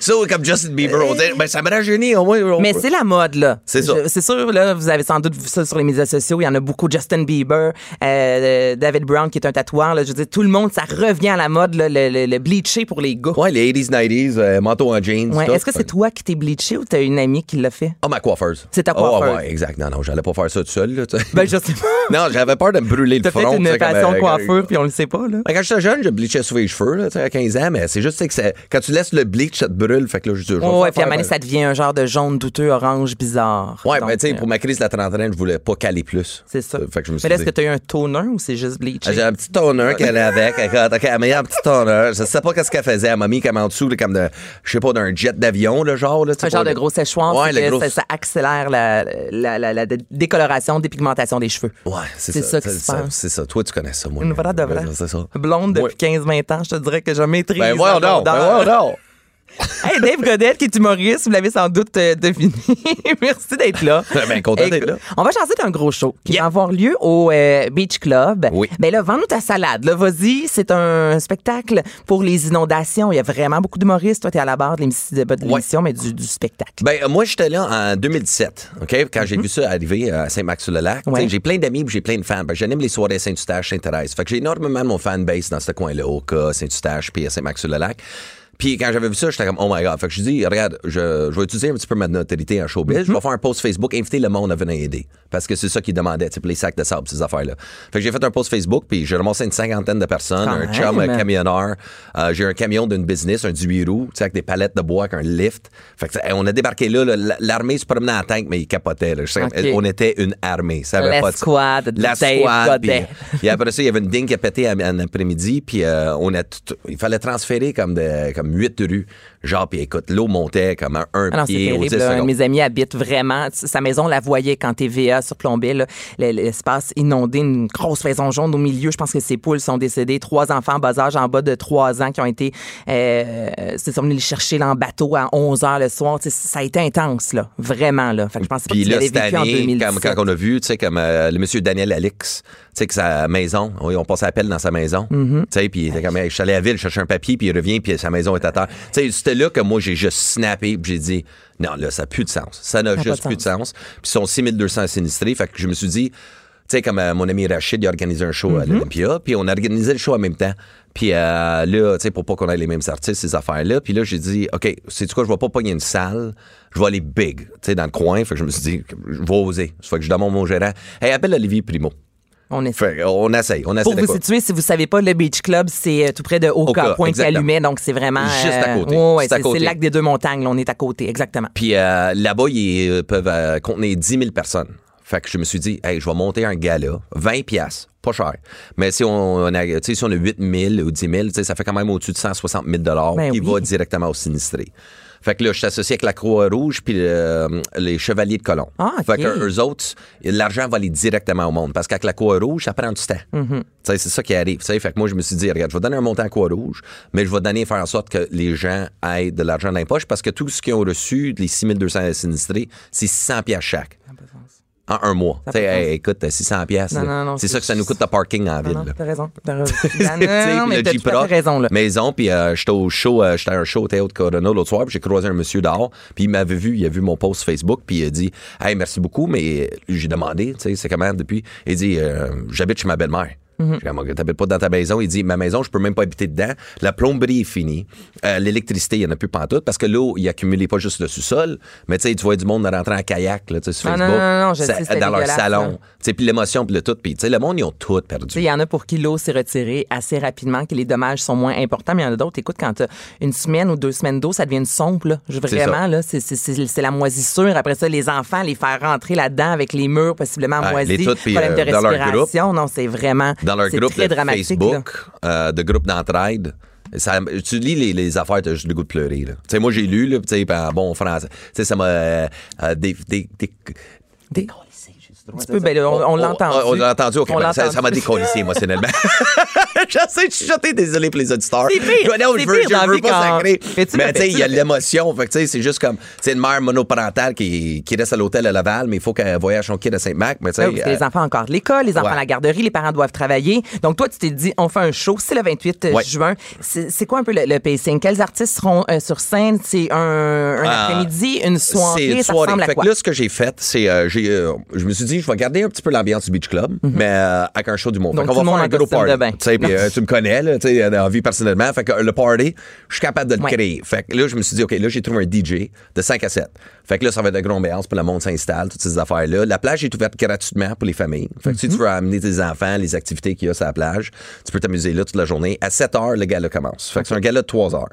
E: Ça, ou comme Justin Bieber, on dit, ben, ça me rajeunit au moins. on
C: Mais
E: peut-
C: c'est la mode, là.
E: C'est ça.
C: Je- C'est sûr, là, vous avez sans doute vu ça sur les médias sociaux. Il y en a beaucoup. Justin Bieber, euh, David Brown, qui est un tatoueur. Là, je veux dire, tout le monde, ça revient à la mode, là, le, le, le bleaché pour les gars.
E: Ouais, les 80s, 90s, euh, manteau en jeans.
C: Ouais.
E: tout.
C: Est-ce que c'est toi qui t'es bleaché ou t'as une amie qui l'a fait?
E: Ah, ma coiffeuse.
C: C'est ta
E: Ah, ouais,
C: coiffeuse.
E: ouais, exact. Non, non, j'allais pas faire ça tout seul. là, tu sais.
C: Ben, je sais pas.
E: <laughs> non, j'avais peur de me brûler le
C: T'as
E: front.
C: peut-être une
E: tu sais, comme,
C: passion
E: euh,
C: coiffure, puis on le sait pas, là.
E: Ben, quand j'étais jeune, je bleachais souvent les cheveux, là, tu sais, à 15 ans, mais c'est juste tu sais, que ça- quand tu laisses le bleach, ça te brûle. Fait que là, je dis, je vais
C: Oh, ouais,
E: faire
C: puis à un
E: faire-
C: moment donné, ça devient un genre de jaune douteux, orange, bizarre.
E: Ouais,
C: Donc,
E: ben, tu sais,
C: euh,
E: pour ma crise de la trentaine, je voulais pas caler plus.
C: C'est ça.
E: Euh, Fait que je me suis
C: Mais là,
E: dit-
C: est-ce que t'as eu un toner ou c'est juste bleaché?
E: Ah, J'ai un petit toner qu'elle avait avec. Écoute, OK, elle m'a mis un petit toner. Je sais pas qu'est-ce qu'elle faisait. Elle m'a mis comme en dessous, là, comme de, je sais pas, d'un jet d'avion, le genre. Là, tu sais,
C: Un genre
E: pour-
C: de gros séchoir,
E: Ouais,
C: c'est
E: le
C: que
E: gros-
C: ça, ça accélère la, la, la, la dé- décoloration, dépigmentation des cheveux.
E: Ouais, c'est
C: C'est ça
E: ça.
C: qui se passe.
E: C'est ça. Toi, tu connais ça, moi.
C: Une vraie de vraie.
E: Ouais, C'est ça.
C: Blonde
E: Ouais.
C: depuis 15-20 ans, je te dirais que je maîtrise.
E: Ben, voyons
C: la
E: donc. Ben,
C: rondeur.
E: voyons donc.
C: Hey, Dave Godet, qui est humoriste, vous l'avez sans doute euh, deviné. <laughs> Merci d'être là.
E: <laughs> Ben, content d'être
C: Écoute,
E: là.
C: On va chanter d'un gros show qui
E: Yeah.
C: va avoir lieu au euh, Beach Club.
E: Oui.
C: Ben là, vends-nous ta salade. Là, vas-y, c'est un spectacle pour les inondations. Il y a vraiment beaucoup d'humoristes. Toi, t'es à la barre de l'émission, de- de l'émission, mais du, du spectacle.
E: Ben, euh, moi, j'étais là en 2017, OK? Quand j'ai vu ça arriver euh, à Saint-Max-sur-le-Lac. Tu sais,
C: Mhm. Ouais.
E: J'ai plein d'amis puis j'ai plein de fans. Parce que J'anime les soirées à Saint-Eustache, Saint-Thérèse. Fait que j'ai énormément de mon fanbase dans ce coin-là, au cas, Saint-Eustache, puis à Saint-Max-sur-le-Lac. Puis quand j'avais vu ça, j'étais comme, oh my God. Fait que je dis, regarde, je, je vais utiliser un petit peu ma notoriété en showbiz.
C: Mhm.
E: Je vais faire un post Facebook, inviter le monde à venir aider. Parce que c'est ça qu'ils demandaient, tu sais, pour les sacs de sable, ces affaires-là. Fait que j'ai fait un post Facebook, puis j'ai ramassé une cinquantaine de personnes,
C: Quand
E: un chum,
C: même.
E: un camionneur. Euh, j'ai un camion d'une business, un 18 roues, tu sais, avec des palettes de bois, avec un lift. Fait que, hey, on a débarqué là, là, l- l'armée se promenait en tank, mais ils capotaient. là. Je sais,
C: Ok.
E: On était une armée. Ça avait
C: La
E: Ben, pas de-
C: squad de
E: La
C: Dave
E: squad.
C: Godet.
E: puis- et après ça, il y avait une digne qui a pété en, en après-midi, puis euh, on a tout- il fallait transférer comme, de, comme 8 rues. Genre, puis écoute, l'eau montait comme un, un
C: Ah non, c'est
E: pied au 10
C: terrible. là. Un de
E: secondes.
C: Mes amis habitent vraiment. Sa maison, on la voyait quand TVA surplombait là, l- l'espace inondé, une grosse maison jaune au milieu. Je pense que ses poules sont décédées. Trois enfants en bas âge, en bas de trois ans, qui ont été. Euh, c'est sont venus les chercher là, en bateau à 11 h le soir. Tu sais, ça a été intense, là. Vraiment, là. Fait que je pense pas
E: Puis
C: qu'il
E: là,
C: avait
E: cette
C: vécu en
E: année, comme,
C: 2017.
E: quand on a vu, tu sais, comme euh, le monsieur Daniel Alix, tu sais, que sa
C: Mm-hmm.
E: maison, oui, on passe appel dans sa maison, tu sais, puis il était comme, Hey, je suis allé à la ville chercher un papier, puis il revient, puis sa maison être à terre. Tu sais, c'était là que moi, j'ai juste snappé, puis j'ai dit, non, là, ça n'a plus de sens. Ça n'a
C: pas
E: juste
C: de
E: plus de sens. Puis ils sont 6200 sinistrés, fait que je me suis dit, tu sais, comme euh, mon ami Rachid, il a organisé un show à
C: Mm-hmm.
E: l'Olympia, puis on a organisé le show en même temps. Puis euh, là, tu sais, pour pas qu'on ait les mêmes artistes, ces affaires-là. Puis là, j'ai dit, OK, c'est-tu quoi, je vais pas pogner une salle, je vais aller big, tu sais, dans le coin. Fait que je me suis dit, je vais oser. Fait que je demande à mon gérant, hey, appelle Olivier Primo.
C: On essaie.
E: Fait que on essaye, on essaye.
C: Pour
E: de
C: vous
E: quoi.
C: situer, si vous savez pas, le Beach Club, c'est euh, tout près de Oka,
E: Oka,
C: pointe
E: exactement.
C: calumet donc c'est vraiment... euh,
E: Juste à côté.
C: ouais, ouais,
E: Juste à
C: c'est c'est le
E: côté.
C: lac des deux montagnes, là, on est à côté, exactement.
E: Puis euh, là-bas, ils euh, peuvent euh, contenir 10 000 personnes. Fait que je me suis dit, hey, je vais monter un gala, 20 piastres, pas cher. Mais si on a, tu sais, si on a 8 000 ou 10 000, tu sais, ça fait quand même au-dessus de 160 000 dollars
C: Ben
E: qui
C: oui.
E: va directement aux sinistrés. Fait que là, je suis associé avec la Croix-Rouge puis euh, les Chevaliers de Colomb.
C: Ah, ok.
E: Fait que eux autres, l'argent va aller directement au monde. Parce qu'avec la Croix-Rouge, ça prend du temps.
C: Mhm.
E: Tu sais, C'est ça qui arrive. tu sais. Fait que moi, je me suis dit, regarde, je vais donner un montant à Croix-Rouge, mais je vais donner, faire en sorte que les gens aient de l'argent dans les poches parce que tout ce qu'ils ont reçu, les 6200 sinistrés, c'est 600 pièces chaque. En un mois.
C: Ça
E: Tu sais,
C: peut
E: hey, écoute, 600 pièces.
C: Non,
E: là.
C: non, non,
E: C'est
C: c'est-
E: ça que ça nous coûte le parking en ville.
C: Non, non,
E: là.
C: t'as raison. T'as
E: <laughs>
C: raison.
E: Tu
C: non, non,
E: sais, puis
C: mais
E: le
C: t'as
E: Jeep
C: tout à fait
E: Rock,
C: raison, là.
E: Maison, puis euh, j'étais au show, euh, j'étais à un show au Théâtre Corona l'autre soir, puis j'ai croisé un monsieur dehors, puis il m'avait vu, il a vu mon post Facebook, puis il a dit « Hey, merci beaucoup, mais j'ai demandé, tu sais, c'est comment depuis? » Il dit Euh, J'habite chez ma belle-mère.
C: Mm-hmm.
E: J'ai dit, t'habites pas dans ta maison. Il dit, ma maison, je peux même pas habiter dedans. La plomberie est finie. Euh, L'électricité, il y en a plus pantoute parce que l'eau, il accumulait pas juste le sous-sol, mais tu sais, tu vois du monde rentrer en kayak, là, tu sais, sur
C: Ah, non,
E: Facebook.
C: non, non, je sais, c'était
E: dans leur
C: dégueulasse, là.
E: salon. Tu sais, puis l'émotion, puis le tout. Puis tu sais, le monde, ils ont tout perdu.
C: Tu sais, Il y en a pour qui l'eau s'est retirée assez rapidement, que les dommages sont moins importants, mais il y en a d'autres. Écoute, quand tu une semaine ou deux semaines d'eau, ça devient une sombre. Là. Je-
E: C'est ça.
C: Vraiment, là, c'est- c'est c'est- c'est la moisissure. Après ça, les enfants, les faire rentrer là-dedans avec les murs possiblement
E: Ouais,
C: moisis,
E: les toutes, puis,
C: problème de
E: euh, dans leur
C: respiration. Non, c'est vraiment
E: dans leur
C: c'est
E: groupe
C: très
E: de
C: dramatique. là.
E: Facebook, euh, de groupe d'entraide. Ça, tu lis les, les affaires, t'as juste le goût de pleurer. Là. Tu sais, Moi, j'ai lu, là, tu sais, en bon français. Tu sais, ça m'a. euh, euh, des, des, des-
C: Des- Un petit peu, ben, on, on l'a entendu.
E: On, l'a entendu, ok.
C: On
E: ben,
C: l'a
E: ça- Ça m'a
C: entendu.
E: décollissé émotionnellement. <laughs> je sais, je suis jeté, désolé pour les auditeurs.
C: C'est pire,
E: Je- non,
C: c'est
E: je veux,
C: pire
E: je
C: dans la
E: veux
C: vie
E: pas
C: quand-
E: sacrer.
C: Fais-tu le-
E: Mais tu sais, il y a
C: fais-tu le-
E: l'émotion. Fait que tu sais, c'est juste comme. C'est une mère monoparentale qui, qui reste à l'hôtel à Laval, mais il faut qu'elle voyage son kid à Saint-Marc. Mais tu sais.
C: Ah oui, parce que
E: euh,
C: les enfants ont encore de l'école, les enfants
E: ouais.
C: à la garderie, les parents doivent travailler. Donc, toi, tu t'es dit, on fait un show, c'est le 28
E: Ouais.
C: juin. C'est c'est quoi un peu le, le pacing? Quels artistes seront euh, sur scène? C'est un, un
E: Ah,
C: après-midi, une soirée,
E: C'est une
C: ça
E: soirée.
C: ressemble à
E: Fait
C: quoi?
E: que là, ce que j'ai fait, c'est euh, j'ai, euh, je me suis dit, je vais garder un petit peu l'ambiance du Beach Club, mais euh, avec un show du monde.
C: Mhm. Donc,
E: Fait
C: tout
E: qu'on
C: le
E: va
C: monde
E: faire
C: en
E: un gros
C: costume
E: party.
C: de bain.
E: Tu sais, puis, euh, tu me connais, là, tu sais, en vie personnellement. Fait que euh, le party, je suis capable de le
C: Ouais.
E: créer. Fait que là, je me suis dit, OK, là, j'ai trouvé un DJ de 5 à 7. Fait que là, ça va être de grande ambiance, puis le monde s'installe, toutes ces affaires-là. La plage est ouverte gratuitement pour les familles. Fait que si
C: Mhm.
E: tu veux amener tes enfants, les activités qu'il y a sur la plage, tu peux t'amuser là toute la journée. À 7 heures, le gala commence. Fait que c'est un gala de 3 heures.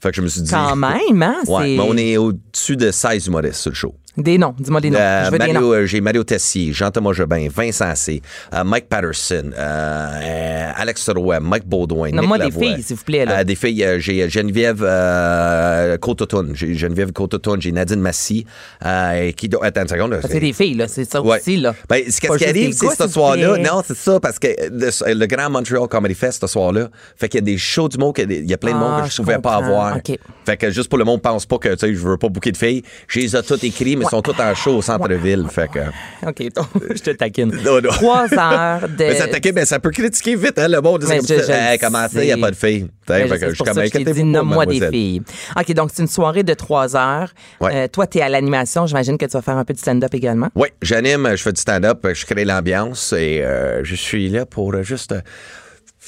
E: Fait que je me suis dit.
C: Quand même, hein?
E: Ouais,
C: C'est-
E: mais on est au-dessus de 16 humoristes sur le show.
C: Des noms, dis-moi des noms.
E: Euh,
C: Je veux des noms.
E: Mario, euh, j'ai Mario Tessier, Jean-Thomas Jobin, Vincent C, euh, Mike Patterson, euh, euh, Alex Roy, Mike Baudouin, Nick
C: Nomme-moi des
E: Lavoie.
C: filles, s'il vous plaît, là.
E: Euh, des filles, euh, j'ai Geneviève euh, Côte-Automne, j'ai Geneviève Côte-Automne, j'ai Nadine Massy, euh, et qui do- attends une seconde. là,
C: Ça, C'est des filles, là. C'est ça
E: Ouais.
C: aussi, là.
E: Ben,
C: Pas
E: ce qu'est-ce qui
C: juste
E: arrive,
C: des gars,
E: c'est
C: s'il
E: ce
C: vous plaît.
E: soir-là. Non, c'est ça, parce que le, le grand Montreal Comedy Fest ce soir-là, fait qu'il y a des shows du monde, qu'il y a des- il y a plein de monde
C: Ah,
E: que je,
C: je
E: pouvais pas
C: comprends.
E: avoir.
C: OK.
E: Fait que juste pour le monde, pense pas que, tu sais, je veux pas bouquer de filles. Je les ai toutes écrites, mais ils sont toutes en show au centre-ville. Fait que.
C: <laughs> OK, donc, <laughs> je te taquine.
E: Non, non.
C: Trois heures de...
E: <laughs> Mais ça, t'inquiète, mais ça peut critiquer vite, hein, le monde.
C: Mais
E: C'est comme
C: je- je
E: ça,
C: le
E: hey, comment ça, il n'y a
C: sais.
E: pas de filles.
C: Ben, je
E: T'sais, fait
C: sais,
E: que je
C: c'est
E: suis
C: pour ça
E: comme
C: que je t'ai
E: inquiétez-vous
C: dit,
E: pas,
C: nomme-moi des
E: mademoiselle.
C: filles. OK, donc c'est une soirée de trois heures.
E: Ouais.
C: Euh, toi, tu es à l'animation. J'imagine que tu vas faire un peu de stand-up également.
E: Oui, j'anime, je fais du stand-up, je crée l'ambiance et euh, je suis là pour euh, juste. euh,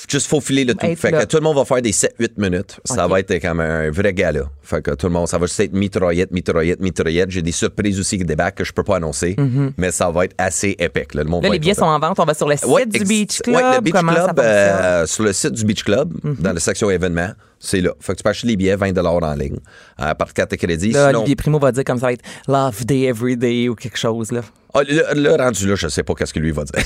E: Juste faufiler le tout.
C: Être
E: fait
C: là.
E: que tout le monde va faire des 7-8 minutes. Ça
C: Ok.
E: va être comme un vrai gala. Fait que tout le monde, ça va juste être mitraillette, mitraillette, mitraillette. J'ai des surprises aussi qui débarquent que je peux pas annoncer, mais ça va être assez épique. Là, le monde
C: Mhm. Là,
E: va
C: les
E: être
C: billets
E: content.
C: sont en vente. On va sur le site
E: Ouais,
C: du
E: ex-
C: Beach Club.
E: ouais, le Beach
C: Comment ça
E: Club,
C: fonctionne? Mhm.
E: euh, sur le site du Beach Club, dans la section événements, c'est là. Fait que tu peux acheter les billets 20 en ligne euh, par carte de crédit.
C: Là,
E: Sinon,
C: Olivier Primo va dire comme ça va être Love Day Every Day ou quelque chose. Là.
E: Ah, le, le rendu là, je sais pas qu'est-ce que lui va dire.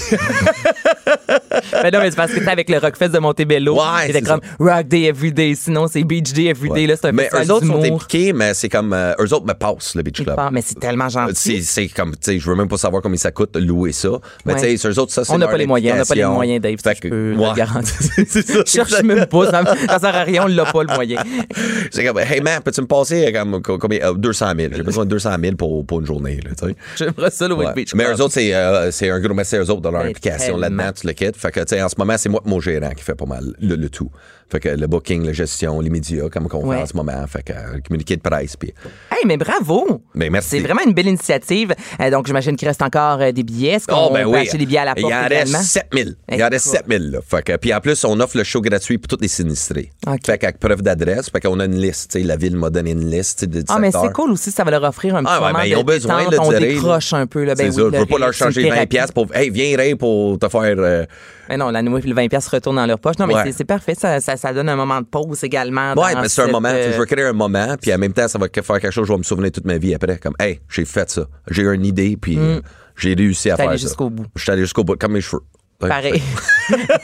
C: mais Ben non, mais c'est parce que t'es avec le Rockfest de Montebello.
E: Ouais,
C: C'était
E: c'est
C: comme Rock Day Every Day. Sinon, c'est Beach Day Every Day. Là, c'est un
E: mais
C: festival
E: eux autres sont
C: d'humour.
E: impliqués, mais c'est comme euh, eux autres me passent le Beach Club. Euh,
C: Ah, mais c'est tellement gentil.
E: C'est, c'est comme, tu sais, je veux même pas savoir combien ça coûte louer ça. Mais
C: Ouais.
E: tu sais, sur eux autres, ça, c'est
C: On n'a
E: leur
C: pas les moyens, on n'a pas les
E: implication.
C: moyens, Dave, ça,
E: Fait
C: je
E: que-
C: peux le
E: ouais.
C: garantir.
E: c'est ça.
C: Je cherche même pas, ça, ça sert à rien, on l'a pas le moyen.
E: <laughs> C'est comme, hey man, peux-tu me passer euh, comme, co- combien, euh, 200 000. J'ai besoin de 200 000 pour, pour une journée, là, tu sais.
C: J'aimerais ça louer
E: Ouais. Ouais. Mais eux autres, c'est, euh, c'est un gros merci à eux autres dans leur
C: Mais
E: implication
C: tellement.
E: là-dedans, tu le quittes. Fait que, tu sais, en ce moment, c'est moi, mon gérant qui fait pas mal le, le tout. Fait que le booking, la gestion, les médias, comme on
C: Ouais.
E: fait en ce moment. Fait que, euh, le communiqué de presse, puis
C: Hey, mais bravo!
E: Ben, merci.
C: C'est vraiment une belle initiative. Euh, donc, j'imagine qu'il reste encore euh, des billets. Est-ce qu'on
E: Oh, ben
C: peut
E: oui.
C: acheter des billets à la porte
E: Il en reste
C: également?
E: 7000. Il en reste
C: Écoute.
E: 7000. là. Fait que- puis en plus, on offre le show gratuit pour tous les sinistrés.
C: Ok.
E: Fait qu'avec preuve d'adresse, fait qu'on a une liste. tu sais, La ville m'a donné une liste tu sais, de
C: Ah, mais c'est
E: secteurs.
C: cool aussi, ça va leur offrir un petit
E: Ah, ouais,
C: moment
E: ben,
C: de
E: ils ont besoin
C: détente,
E: de
C: on
E: dire,
C: décroche un peu. Là, ben
E: c'est
C: oui,
E: sûr, je veux pas leur
C: rire, c'est
E: changer
C: une
E: 20$
C: thérapie.
E: piastres pour. Hey, viens, Ray, pour te faire. euh,
C: Mais non, la nouée, puis le 20$ piastres retourne dans leur poche. Non, mais
E: Ouais.
C: c'est- c'est parfait. Ça, ça, ça donne un moment de pause également.
E: Ouais,
C: dans
E: mais c'est un
C: cette,
E: moment.
C: euh,
E: Je veux créer un moment, puis en même temps, ça va faire quelque chose, je vais me souvenir toute ma vie après. Comme, hey, j'ai fait ça. J'ai eu une idée, puis euh, j'ai réussi à
C: T'es
E: faire
C: Mm. allé
E: ça.
C: jusqu'au bout.
E: Je suis allé jusqu'au bout, comme mes cheveux.
C: Pareil.
E: <laughs>
C: <laughs>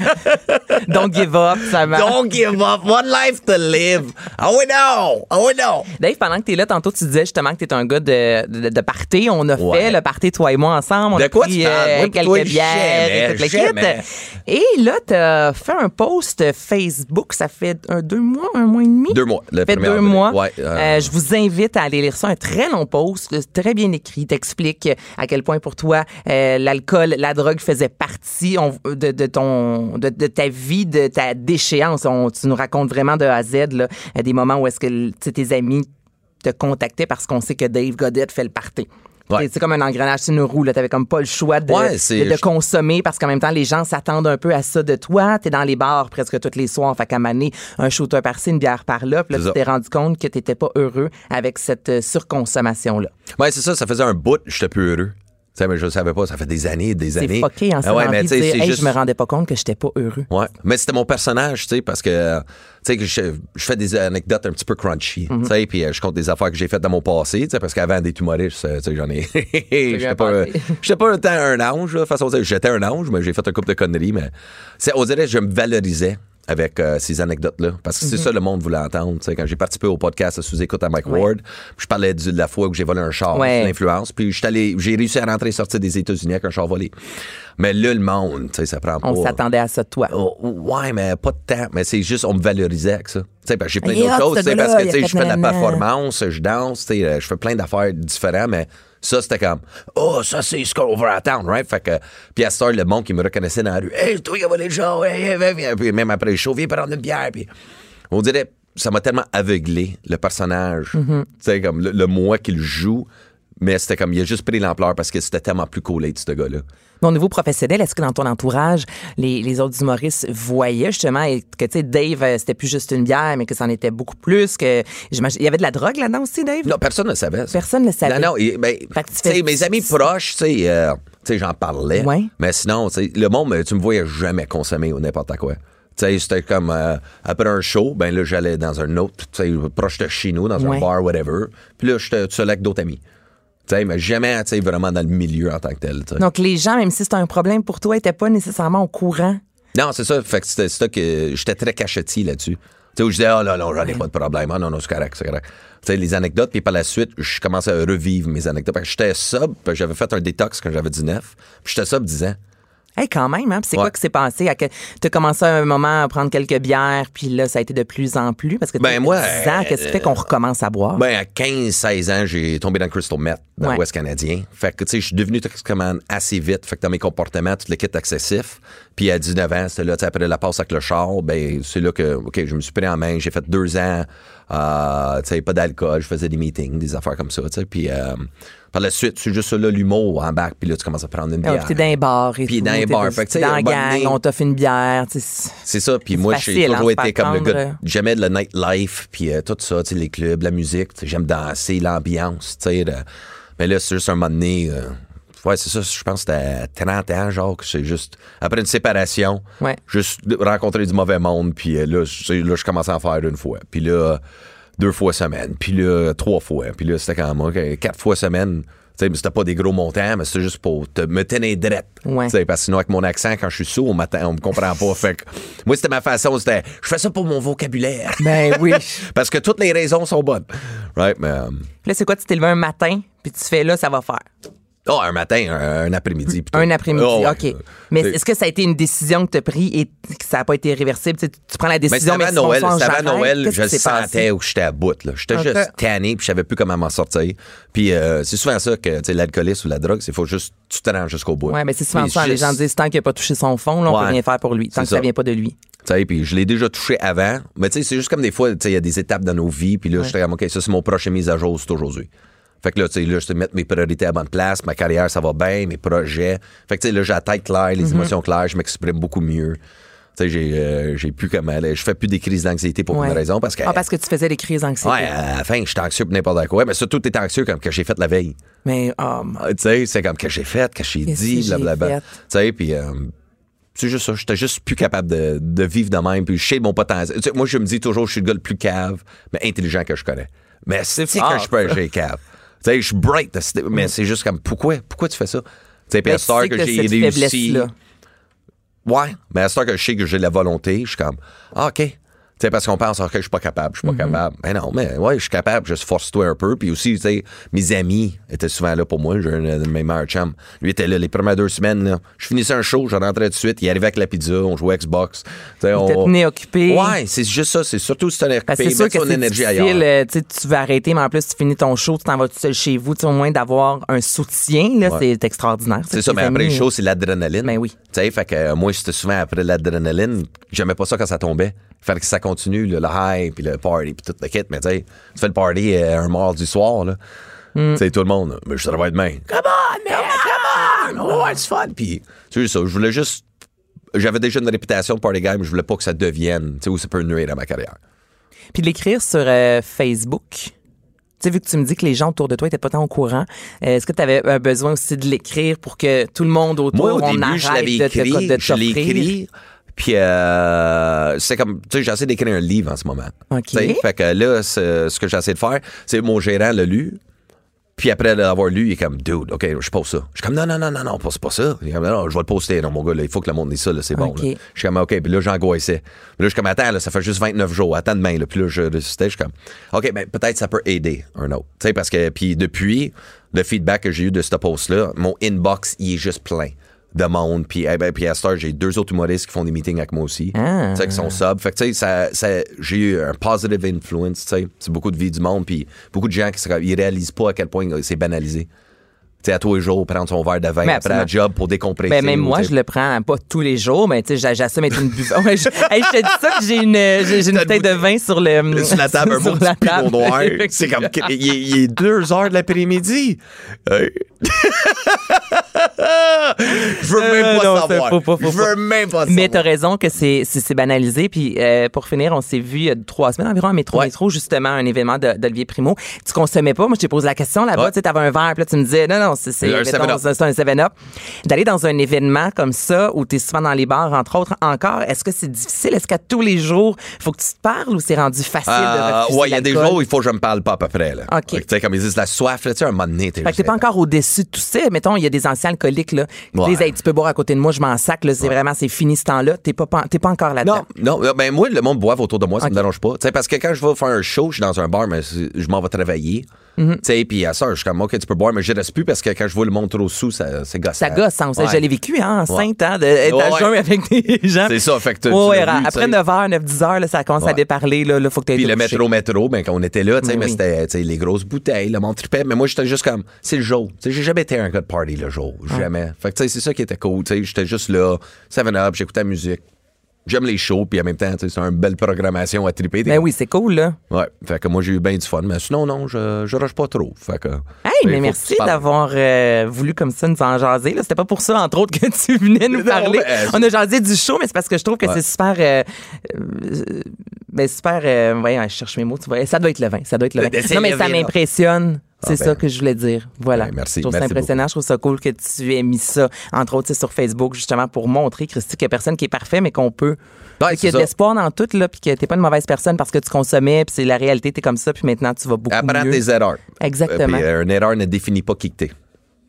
C: Don't give up, ça marche.
E: Don't give up. One life to live. Ah oui, non. Ah oui, non.
C: Dave, pendant que t'es là, tantôt, tu disais justement que t'es un gars de, de, de party. On a
E: Ouais.
C: fait le party, toi et moi, ensemble. On
E: De
C: a
E: quoi
C: pris, euh,
E: tu parles? Moi, puis
C: quelques
E: toi,
C: bières
E: jamais,
C: et tout le
E: jamais.
C: kit. Et là, t'as fait un post Facebook. Ça fait un, deux mois, un mois et demi?
E: Deux mois, le
C: Ça fait
E: premier
C: deux
E: avril.
C: mois.
E: Ouais, euh,
C: Euh, je vous invite à aller lire ça. Un très long post, euh, très bien écrit. T'explique euh, à quel point pour toi, euh, l'alcool, la drogue faisait partie on- euh, de, de ton, de, de ta vie, de ta déchéance. On- tu nous racontes vraiment de A à Z là, euh, des moments où est-ce que tu sais, tes amis te contactaient parce qu'on sait que Dave Godette fait le party.
E: Ouais.
C: C'est- C'est comme un engrenage sur une roue. là. T'avais comme pas le choix de,
E: Ouais, c'est-
C: de- de consommer parce qu'en même temps, les gens s'attendent un peu à ça de toi. T'es dans les bars presque tous les soirs. Fait qu'à maner, un shooter par-ci, une bière par-là. Puis là,
E: C'est
C: tu
E: ça.
C: t'es rendu compte que t'étais pas heureux avec cette euh, surconsommation-là.
E: Ouais, c'est ça, ça faisait un bout, j'étais plus heureux. Tu sais, mais je le savais pas, ça fait des années et des
C: C'est
E: années.
C: fucké en ce
E: Ah ouais,
C: moment
E: mais
C: de
E: tu sais,
C: dire,
E: c'est
C: Hey,
E: juste.
C: je me rendais pas compte que j'étais pas heureux.
E: Ouais, mais c'était mon personnage, tu sais, parce que, euh, tu sais, que je, je fais des anecdotes un petit peu crunchy,
C: Mhm.
E: tu sais, puis euh, je compte des affaires que j'ai faites dans mon passé, tu sais, parce qu'avant d'être humoriste, euh, tu sais, j'en ai. <laughs>
C: un
E: J'étais pas, euh,
C: passé.
E: j'étais pas un temps un ange, là, de façon, de dire. j'étais un ange, mais j'ai fait un couple de conneries, mais c'est, on dirait que je me valorisais avec euh, ces anecdotes-là, parce que c'est
C: Mhm.
E: ça le monde voulait entendre, tu sais, quand j'ai participé au podcast à Sous-Écoute à Mike Ward, je parlais du- de la fois où j'ai volé un char,
C: Ouais.
E: l'influence, puis j'étais allé- j'ai réussi à rentrer et sortir des États-Unis avec un char volé. Mais là, le monde, tu sais, ça prend
C: On
E: pas...
C: s'attendait à ça de toi.
E: Oh, ouais, mais pas de temps. Mais c'est juste, on me valorisait avec ça. Tu sais, parce que j'ai plein
C: Il est
E: d'autres
C: hot,
E: choses.
C: ce
E: tu sais,
C: gars-là,
E: Parce
C: il
E: que
C: a
E: tu sais,
C: fait
E: je fais de la
C: nanana.
E: performance, je danse, tu sais, euh, je fais plein d'affaires différentes, mais ça, c'était comme, oh, ça, c'est ce qu'on va attendre, right? Fait que, puis à cette heure, le monde qui me reconnaissait dans la rue, hey, toi, il a volé le genre, hey, hey, viens, viens. Puis même après le show, viens prendre une bière. Puis on dirait, ça m'a tellement aveuglé, le personnage,
C: Mm-hmm.
E: tu sais, comme le, le moi qu'il joue. Mais c'était comme, il a juste pris l'ampleur parce que c'était tellement plus collé de ce gars-là.
C: Mon niveau professionnel, est-ce que dans ton entourage, les, les autres humoristes voyaient justement et que, tu sais, Dave, euh, c'était plus juste une bière, mais que c'en était beaucoup plus, que j'imagine. Il y avait de la drogue là-dedans aussi, Dave?
E: Non, personne ne le savait. ça.
C: Personne ne le savait.
E: Non, non. et- ben,
C: Fait que tu
E: tu sais,
C: fais-
E: mes amis proches, tu sais, euh, tu sais, j'en parlais.
C: Ouais.
E: Mais sinon, tu sais, le monde, euh, tu me voyais jamais consommer ou n'importe quoi. Tu sais, c'était comme euh, après un show, ben là, j'allais dans un autre, tu sais, proche de chez nous, dans
C: Ouais.
E: un bar, whatever. Puis là, j'étais tout seul avec d'autres amis. Tu sais, mais jamais, tu sais, vraiment dans le milieu en tant que tel. tu sais.
C: Donc, les gens, même si c'était un problème pour toi, n'étaient pas nécessairement au courant.
E: Non, c'est ça. Fait que c'était c'était que j'étais très cachetier là-dessus. Tu sais, où je disais, oh là là, j'en ai pas de problème. Ah non, non, c'est correct, c'est correct. Tu sais, les anecdotes, puis par la suite, je commençais à revivre mes anecdotes. Parce que j'étais sub, parce que j'avais fait un détox quand j'avais 19, puis j'étais sub 10 ans.
C: Hey, quand même, hein? Puis c'est quoi
E: Ouais.
C: qui s'est passé? Tu as commencé à un moment à prendre quelques bières, puis là, ça a été de plus en plus. Parce que tu
E: Ben, moi,
C: qu'est-ce qui fait qu'on recommence à boire?
E: Ben, à 15, 16 ans, j'ai tombé dans le Crystal Meth, dans
C: Ouais.
E: l'Ouest canadien. Fait que, tu sais, je suis devenu toxicomane assez vite. Fait que dans mes comportements, tout le kit excessif. Puis à 19 ans, c'était là, tu sais, après la passe avec le char, ben, c'est là que, OK, je me suis pris en main. J'ai fait deux ans, euh, tu sais, pas d'alcool. Je faisais des meetings, des affaires comme ça, tu sais. Puis, euh, par la suite, c'est juste ça, là, l'humour en bac. Puis là, tu commences à prendre une
C: Ah,
E: bière.
C: puis t'es dans un bar et
E: Puis
C: tout,
E: dans les
C: t'es-
E: bars. Fait que,
C: t'es
E: tu sais,
C: dans
E: un
C: la
E: bon
C: gang,
E: nez.
C: on t'offre une bière. tu sais.
E: C'est ça, puis
C: C'est
E: moi,
C: facile,
E: j'ai
C: hein,
E: toujours
C: se
E: été
C: faire
E: comme le
C: prendre, euh.
E: gars. J'aimais de la nightlife, puis euh, tout ça, tu sais, les clubs, la musique, tu sais, j'aime danser, l'ambiance, tu sais. le- Mais là, c'est juste un moment donné. euh, Ouais, c'est ça, je pense que c'était à 30 ans, genre, que c'est juste. Après une séparation,
C: Ouais.
E: juste de- rencontrer du mauvais monde, puis euh, là, je- là, je commençais à en faire une fois. Puis là, euh, deux fois semaine, puis là, trois fois, puis là, c'était quand même, OK, quatre fois semaine. Tu sais, mais c'était pas des gros montants, mais c'était juste pour te, me tenir drette.
C: Ouais.
E: Tu sais, parce que sinon, avec mon accent, quand je suis sourd, on, m'attend- on me comprend pas. Fait que moi, c'était ma façon, c'était je fais ça pour mon vocabulaire. <laughs>
C: Ben oui.
E: parce que toutes les raisons sont bonnes. Right? Mais, euh,
C: Là, c'est quoi? Tu t'es levé un matin, puis tu fais là, ça va faire.
E: Ah, un matin, un, un après-midi. plutôt.
C: Un après-midi,
E: Ah, ouais.
C: OK. Mais est-ce que ça a été une décision que tu as prise et que ça n'a pas été réversible? Tu sais, tu prends la
E: Mais Ben, c'était
C: décision, mais,
E: avant
C: tu
E: Noël,
C: t'en
E: c'était
C: sors en
E: avant
C: Jarret.
E: Noël,
C: Qu'est-ce
E: je le
C: qui s'est passé?
E: sentais où j'étais à bout. là. J'étais
C: Ok.
E: juste tanné, puis je savais plus comment m'en sortir. Puis euh, c'est souvent ça que tu sais, l'alcoolisme ou la drogue, c'est faut juste tu te rends jusqu'au bout.
C: Ouais, mais c'est souvent
E: Puis
C: ça. hein, Les
E: juste-
C: gens disent tant qu'il n'a pas touché son fond, là, on
E: Ouais.
C: peut rien faire pour lui. Tant
E: C'est
C: que ça
E: ça.
C: vient pas de lui.
E: Tu sais, puis je l'ai déjà touché avant, mais tu sais, c'est juste comme des fois, tu sais, il y a des étapes dans nos vies, puis là, j'étais comme, OK, ça, c'est mon prochain mise à jour, c'est aujourd'hui. Fait que là, tu sais, là, je te mettre mes priorités à la bonne place, ma carrière, ça va bien, mes projets. Fait que tu sais, là, j'ai la tête claire,
C: Mhm.
E: les émotions claires, je m'exprime beaucoup mieux. Tu sais, j'ai euh, j'ai plus comme aller. Je fais plus des crises d'anxiété pour
C: Ouais.
E: une raison, parce que.
C: Ah, parce que tu faisais des crises d'anxiété.
E: Ouais, à la fin, j'étais anxieux pour n'importe quoi. Mais surtout, t'es anxieux comme que j'ai fait la veille.
C: Mais, oh, mon-
E: Ah, Tu sais, c'est comme que j'ai fait, que j'ai
C: Qu'est-ce que
E: dit,
C: j'ai fait?
E: blablabla. Tu sais, puis euh, c'est juste ça. J'étais juste plus capable de, de vivre de même. Puis je sais mon potentiel. Tu sais, moi, je me dis toujours, je suis le gars le plus cave, mais intelligent que je connais. Mais c'est que
C: fort,
E: je peux,
C: <laughs>
E: j'ai cave. Tu sais, je suis bright, c'est- mais c'est juste comme, pourquoi, pourquoi tu fais ça? Tu sais, puis
C: Mais
E: à cette heure
C: Mm. Ben, tu sais
E: que,
C: que
E: j'ai
C: cette
E: réussi.
C: faiblesse-là.
E: Ouais, mais à cette heure que je sais que j'ai la volonté, je suis comme, ah, OK. Tu sais, parce qu'on pense, ah, OK, je suis pas capable, je suis pas
C: Mhm.
E: capable. Mais non, mais ouais, je suis capable, je force-toi un peu. Puis aussi, tu sais, mes amis étaient souvent là pour moi. J'ai un de mes meilleurs chums. Lui était là les premières deux semaines. là. Je finissais un show, je rentrais tout de suite. Il arrivait avec la pizza, on jouait à Xbox. Tu sais, on...
C: te tenait occupé.
E: Ouais, c'est juste ça. C'est surtout si t'en es
C: Parce que
E: occupé,
C: c'est sûr
E: mettre
C: que
E: ton
C: c'est
E: énergie
C: difficile,
E: ailleurs.
C: euh, tu sais, tu veux arrêter, mais en plus, tu finis ton show, tu t'en vas tout seul chez vous, tu sais, au moins d'avoir un soutien, là, c'est extraordinaire.
E: C'est ça, mais après les shows, c'est l'adrénaline.
C: hein. Ben oui.
E: Tu sais, fait que euh, moi, c'était souvent après l'adrénaline. J'aimais pas ça quand ça tombait. Fallait que ça continue, le, le high, puis le party, puis tout le kit. Mais tu sais, tu fais le party euh, un mardi soir, là.
C: Mm.
E: Tu sais, tout le monde, là, mais je travaille demain. Come on, man, come on! Oh, it's fun! Puis, tu sais, ça, je voulais juste. J'avais déjà une réputation de party guy, mais je voulais pas que ça devienne, tu sais, où ça peut nuire à ma carrière.
C: Puis de l'écrire sur euh, Facebook. Tu sais, vu que tu me dis que les gens autour de toi étaient pas tant au courant, euh, est-ce que tu avais besoin aussi de l'écrire pour que tout le monde autour,
E: Moi, au
C: on
E: début,
C: arrête
E: je l'avais
C: de te-
E: écrit,
C: de
E: je l'ai
C: t'offrir?
E: écrit. Puis, euh, c'est comme, tu sais, j'essaie d'écrire un livre en ce moment.
C: OK.
E: Tu sais, Fait que là, ce ce que j'essaie de faire, c'est mon gérant l'a lu. Puis après l'avoir lu, il est comme, dude, OK, je pose ça. Je suis comme, non, non, non, non, non, c'est pas ça. Il est comme, non, non, je vais le poster. Non, mon gars, là, il faut que le monde dise ça, là, c'est bon.
C: OK.
E: là. Je suis comme, OK, puis là, j'angoissais. Puis là, je suis comme, attends, là, ça fait juste 29 jours, attends demain. Là. Puis là, je ressuscitais, je suis comme, OK, ben, peut-être ça peut aider un autre. Tu sais, parce que, puis depuis, le feedback que j'ai eu de ce post-là, mon inbox, il est juste plein de monde. Puis, eh ben, puis à cette heure, j'ai deux autres humoristes qui font des meetings avec moi aussi,
C: Ah.
E: tu sais, qui sont sub. Fait que, tu sais, ça, ça- j'ai eu un positive influence, tu sais. C'est beaucoup de vie du monde, puis beaucoup de gens qui se- ils réalisent pas à quel point euh, c'est banalisé. Tu sais, à tous les jours, prendre son verre de vin
C: Mais
E: après la
C: absolument.
E: job pour décompresser.
C: Ben, même
E: ou,
C: moi,
E: tu sais,
C: je le prends pas tous les jours, mais tu sais, j'a- j'assume être une buve. <laughs> Ouais, je, hey, je te dis ça, puis j'ai une, j'ai j'ai une
E: T'as
C: bouteille de
E: une
C: vin sur le.
E: <laughs> sur la table, un
C: <laughs>
E: bon
C: sur
E: petit
C: la table.
E: pinot
C: <laughs>
E: noir. C'est comme, il est, il est deux heures de l'après-midi. Hey. <laughs> je veux même
C: Euh,
E: pas
C: non, ça,
E: savoir.
C: faut pas, faut
E: je veux même pas
C: Mais t'as
E: savoir.
C: raison que c'est c'est- c'est banalisé. Puis euh, pour finir, on s'est vu il y a trois semaines environ à Métro
E: Ouais.
C: Métro, justement, un événement de- d'Olivier Primo. Tu consommais pas. Moi, je t'ai posé la question là-bas.
E: Ouais.
C: Tu sais, t'avais un verre, puis là, tu me disais, non, non, c'est c'est-
E: Un
C: mettons,
E: 7-Up.
C: c'est un 7-Up. D'aller dans un événement comme ça, où t'es souvent dans les bars, entre autres, encore, est-ce que c'est difficile? Est-ce qu'à tous les jours, faut que tu te parles ou c'est rendu facile de
E: Ah,
C: refuser
E: ouais, il y a des
C: l'alcool?
E: jours, il faut que je me parle pas à peu près. Là.
C: OK.
E: Fait que, Tu sais, comme ils disent, la soif, là, tu sais, un moment donné, t'es
C: Fait que t'es
E: juste-
C: pas encore au-dessus de tout ça. Mettons, il y a des anciens alcooliques, là. qui
E: Ouais.
C: disent, Hey, tu peux boire à côté de moi, je m'en sac, là. C'est vraiment, c'est fini ce temps-là. T'es pas, pan- t'es pas encore là-dedans.
E: Non, non, euh, ben moi, le monde boive autour de moi, ça me dérange pas. Tu sais, parce que quand je vais faire un show, je suis dans un bar, mais c'est- je m'en vais travailler.
C: Mhm.
E: Tu sais, puis à ça, je suis comme, OK, tu peux boire, mais je reste plus parce que quand je vois le monde trop sous, ça, c'est gossant.
C: Ça gosse, hein, on sait,
E: Euh, Ouais.
C: Je l'ai vécu, hein, enceinte, hein, de-
E: Ouais,
C: d'être à
E: ouais.
C: jeun avec des <laughs> gens.
E: C'est ça, fait que tu- tu
C: Ouais, ouais,
E: l'as vu,
C: après
E: tu sais.
C: 9h, 9, 10h, là, ça commence
E: Ouais.
C: à déparler, là, là, faut que t'aies
E: Puis
C: été
E: le
C: couché.
E: métro, métro, ben quand on était là, tu sais,
C: Mais
E: mais
C: oui.
E: c'était tu sais, les grosses bouteilles, le monde tripait. Mais moi, j'étais juste comme, c'est le jour. Tu sais, j'ai jamais été un gars de party le jour.
C: Ah.
E: Jamais. Fait que tu sais, c'est ça qui était cool. Tu sais, j'étais juste là, 7-up, j'écoutais la musique. J'aime les shows, puis en même temps, tu sais, c'est une belle programmation à triper.
C: Ben oui, c'est cool, là.
E: Ouais, fait que moi j'ai eu bien du fun, mais sinon non, je, je rush pas trop. Fait que.
C: Hey,
E: Ben, faut
C: mais
E: que
C: merci
E: tu parles.
C: d'avoir euh, voulu comme ça nous en jaser. là. C'était pas pour ça, entre autres, <laughs> que tu venais nous
E: Non,
C: parler.
E: mais, euh,
C: On a jasé du show, mais c'est parce que je trouve que c'est super. euh, euh, ben, super. euh, voyons, je cherche mes mots. Tu vois. Ça doit être le vin. Ça doit être le vin.
E: Ben, c'est
C: Non, mais
E: le
C: ça
E: vin, là.
C: m'impressionne. C'est
E: ben.
C: ça que je voulais dire. Voilà.
E: Ben,
C: Je
E: merci,
C: trouve ça
E: merci
C: impressionnant. Je trouve ça cool que tu aies mis ça, entre autres, tu sais, sur Facebook, justement, pour montrer, Christy, qu'il n'y a personne qui est parfait, mais qu'on peut.
E: Ouais,
C: qu'il y
E: c'est
C: a de
E: ça.
C: l'espoir dans tout, là, puis que t'es pas une mauvaise personne parce que tu consommais, puis c'est la réalité, t'es comme ça, puis maintenant tu vas beaucoup
E: Apprends
C: mieux.
E: tes erreurs.
C: Exactement.
E: Euh, Puis, euh, une erreur ne définit pas qui que t'es.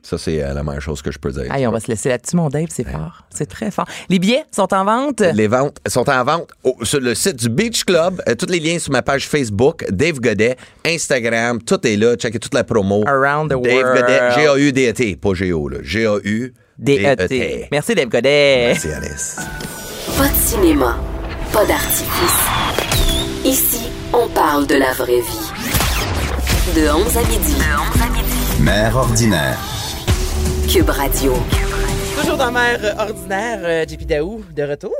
E: Ça, c'est euh, la meilleure chose que je peux dire.
C: Aïe, on va se laisser là-dessus, mon Dave, c'est fort. C'est très fort. Les billets sont en vente.
E: Les ventes sont en vente au- sur le site du Beach Club. Euh, tous les liens sur ma page Facebook, Dave Godet, Instagram, tout est là. Checkez toute la promo.
C: Around the
E: Dave
C: world. E
E: Godet, G-A-U-D-E-T, E pas G-O, là. G-A-U-D-E-T.
C: DET. Merci, Dave Godet.
E: Merci, E Alice.
A: Pas de cinéma, pas d'artifice. Ici, on parle de la vraie vie. De 11 à midi.
B: Mère ordinaire.
A: Cube Radio.
C: Toujours dans Mère euh, Ordinaire, euh, JP Daou, de retour,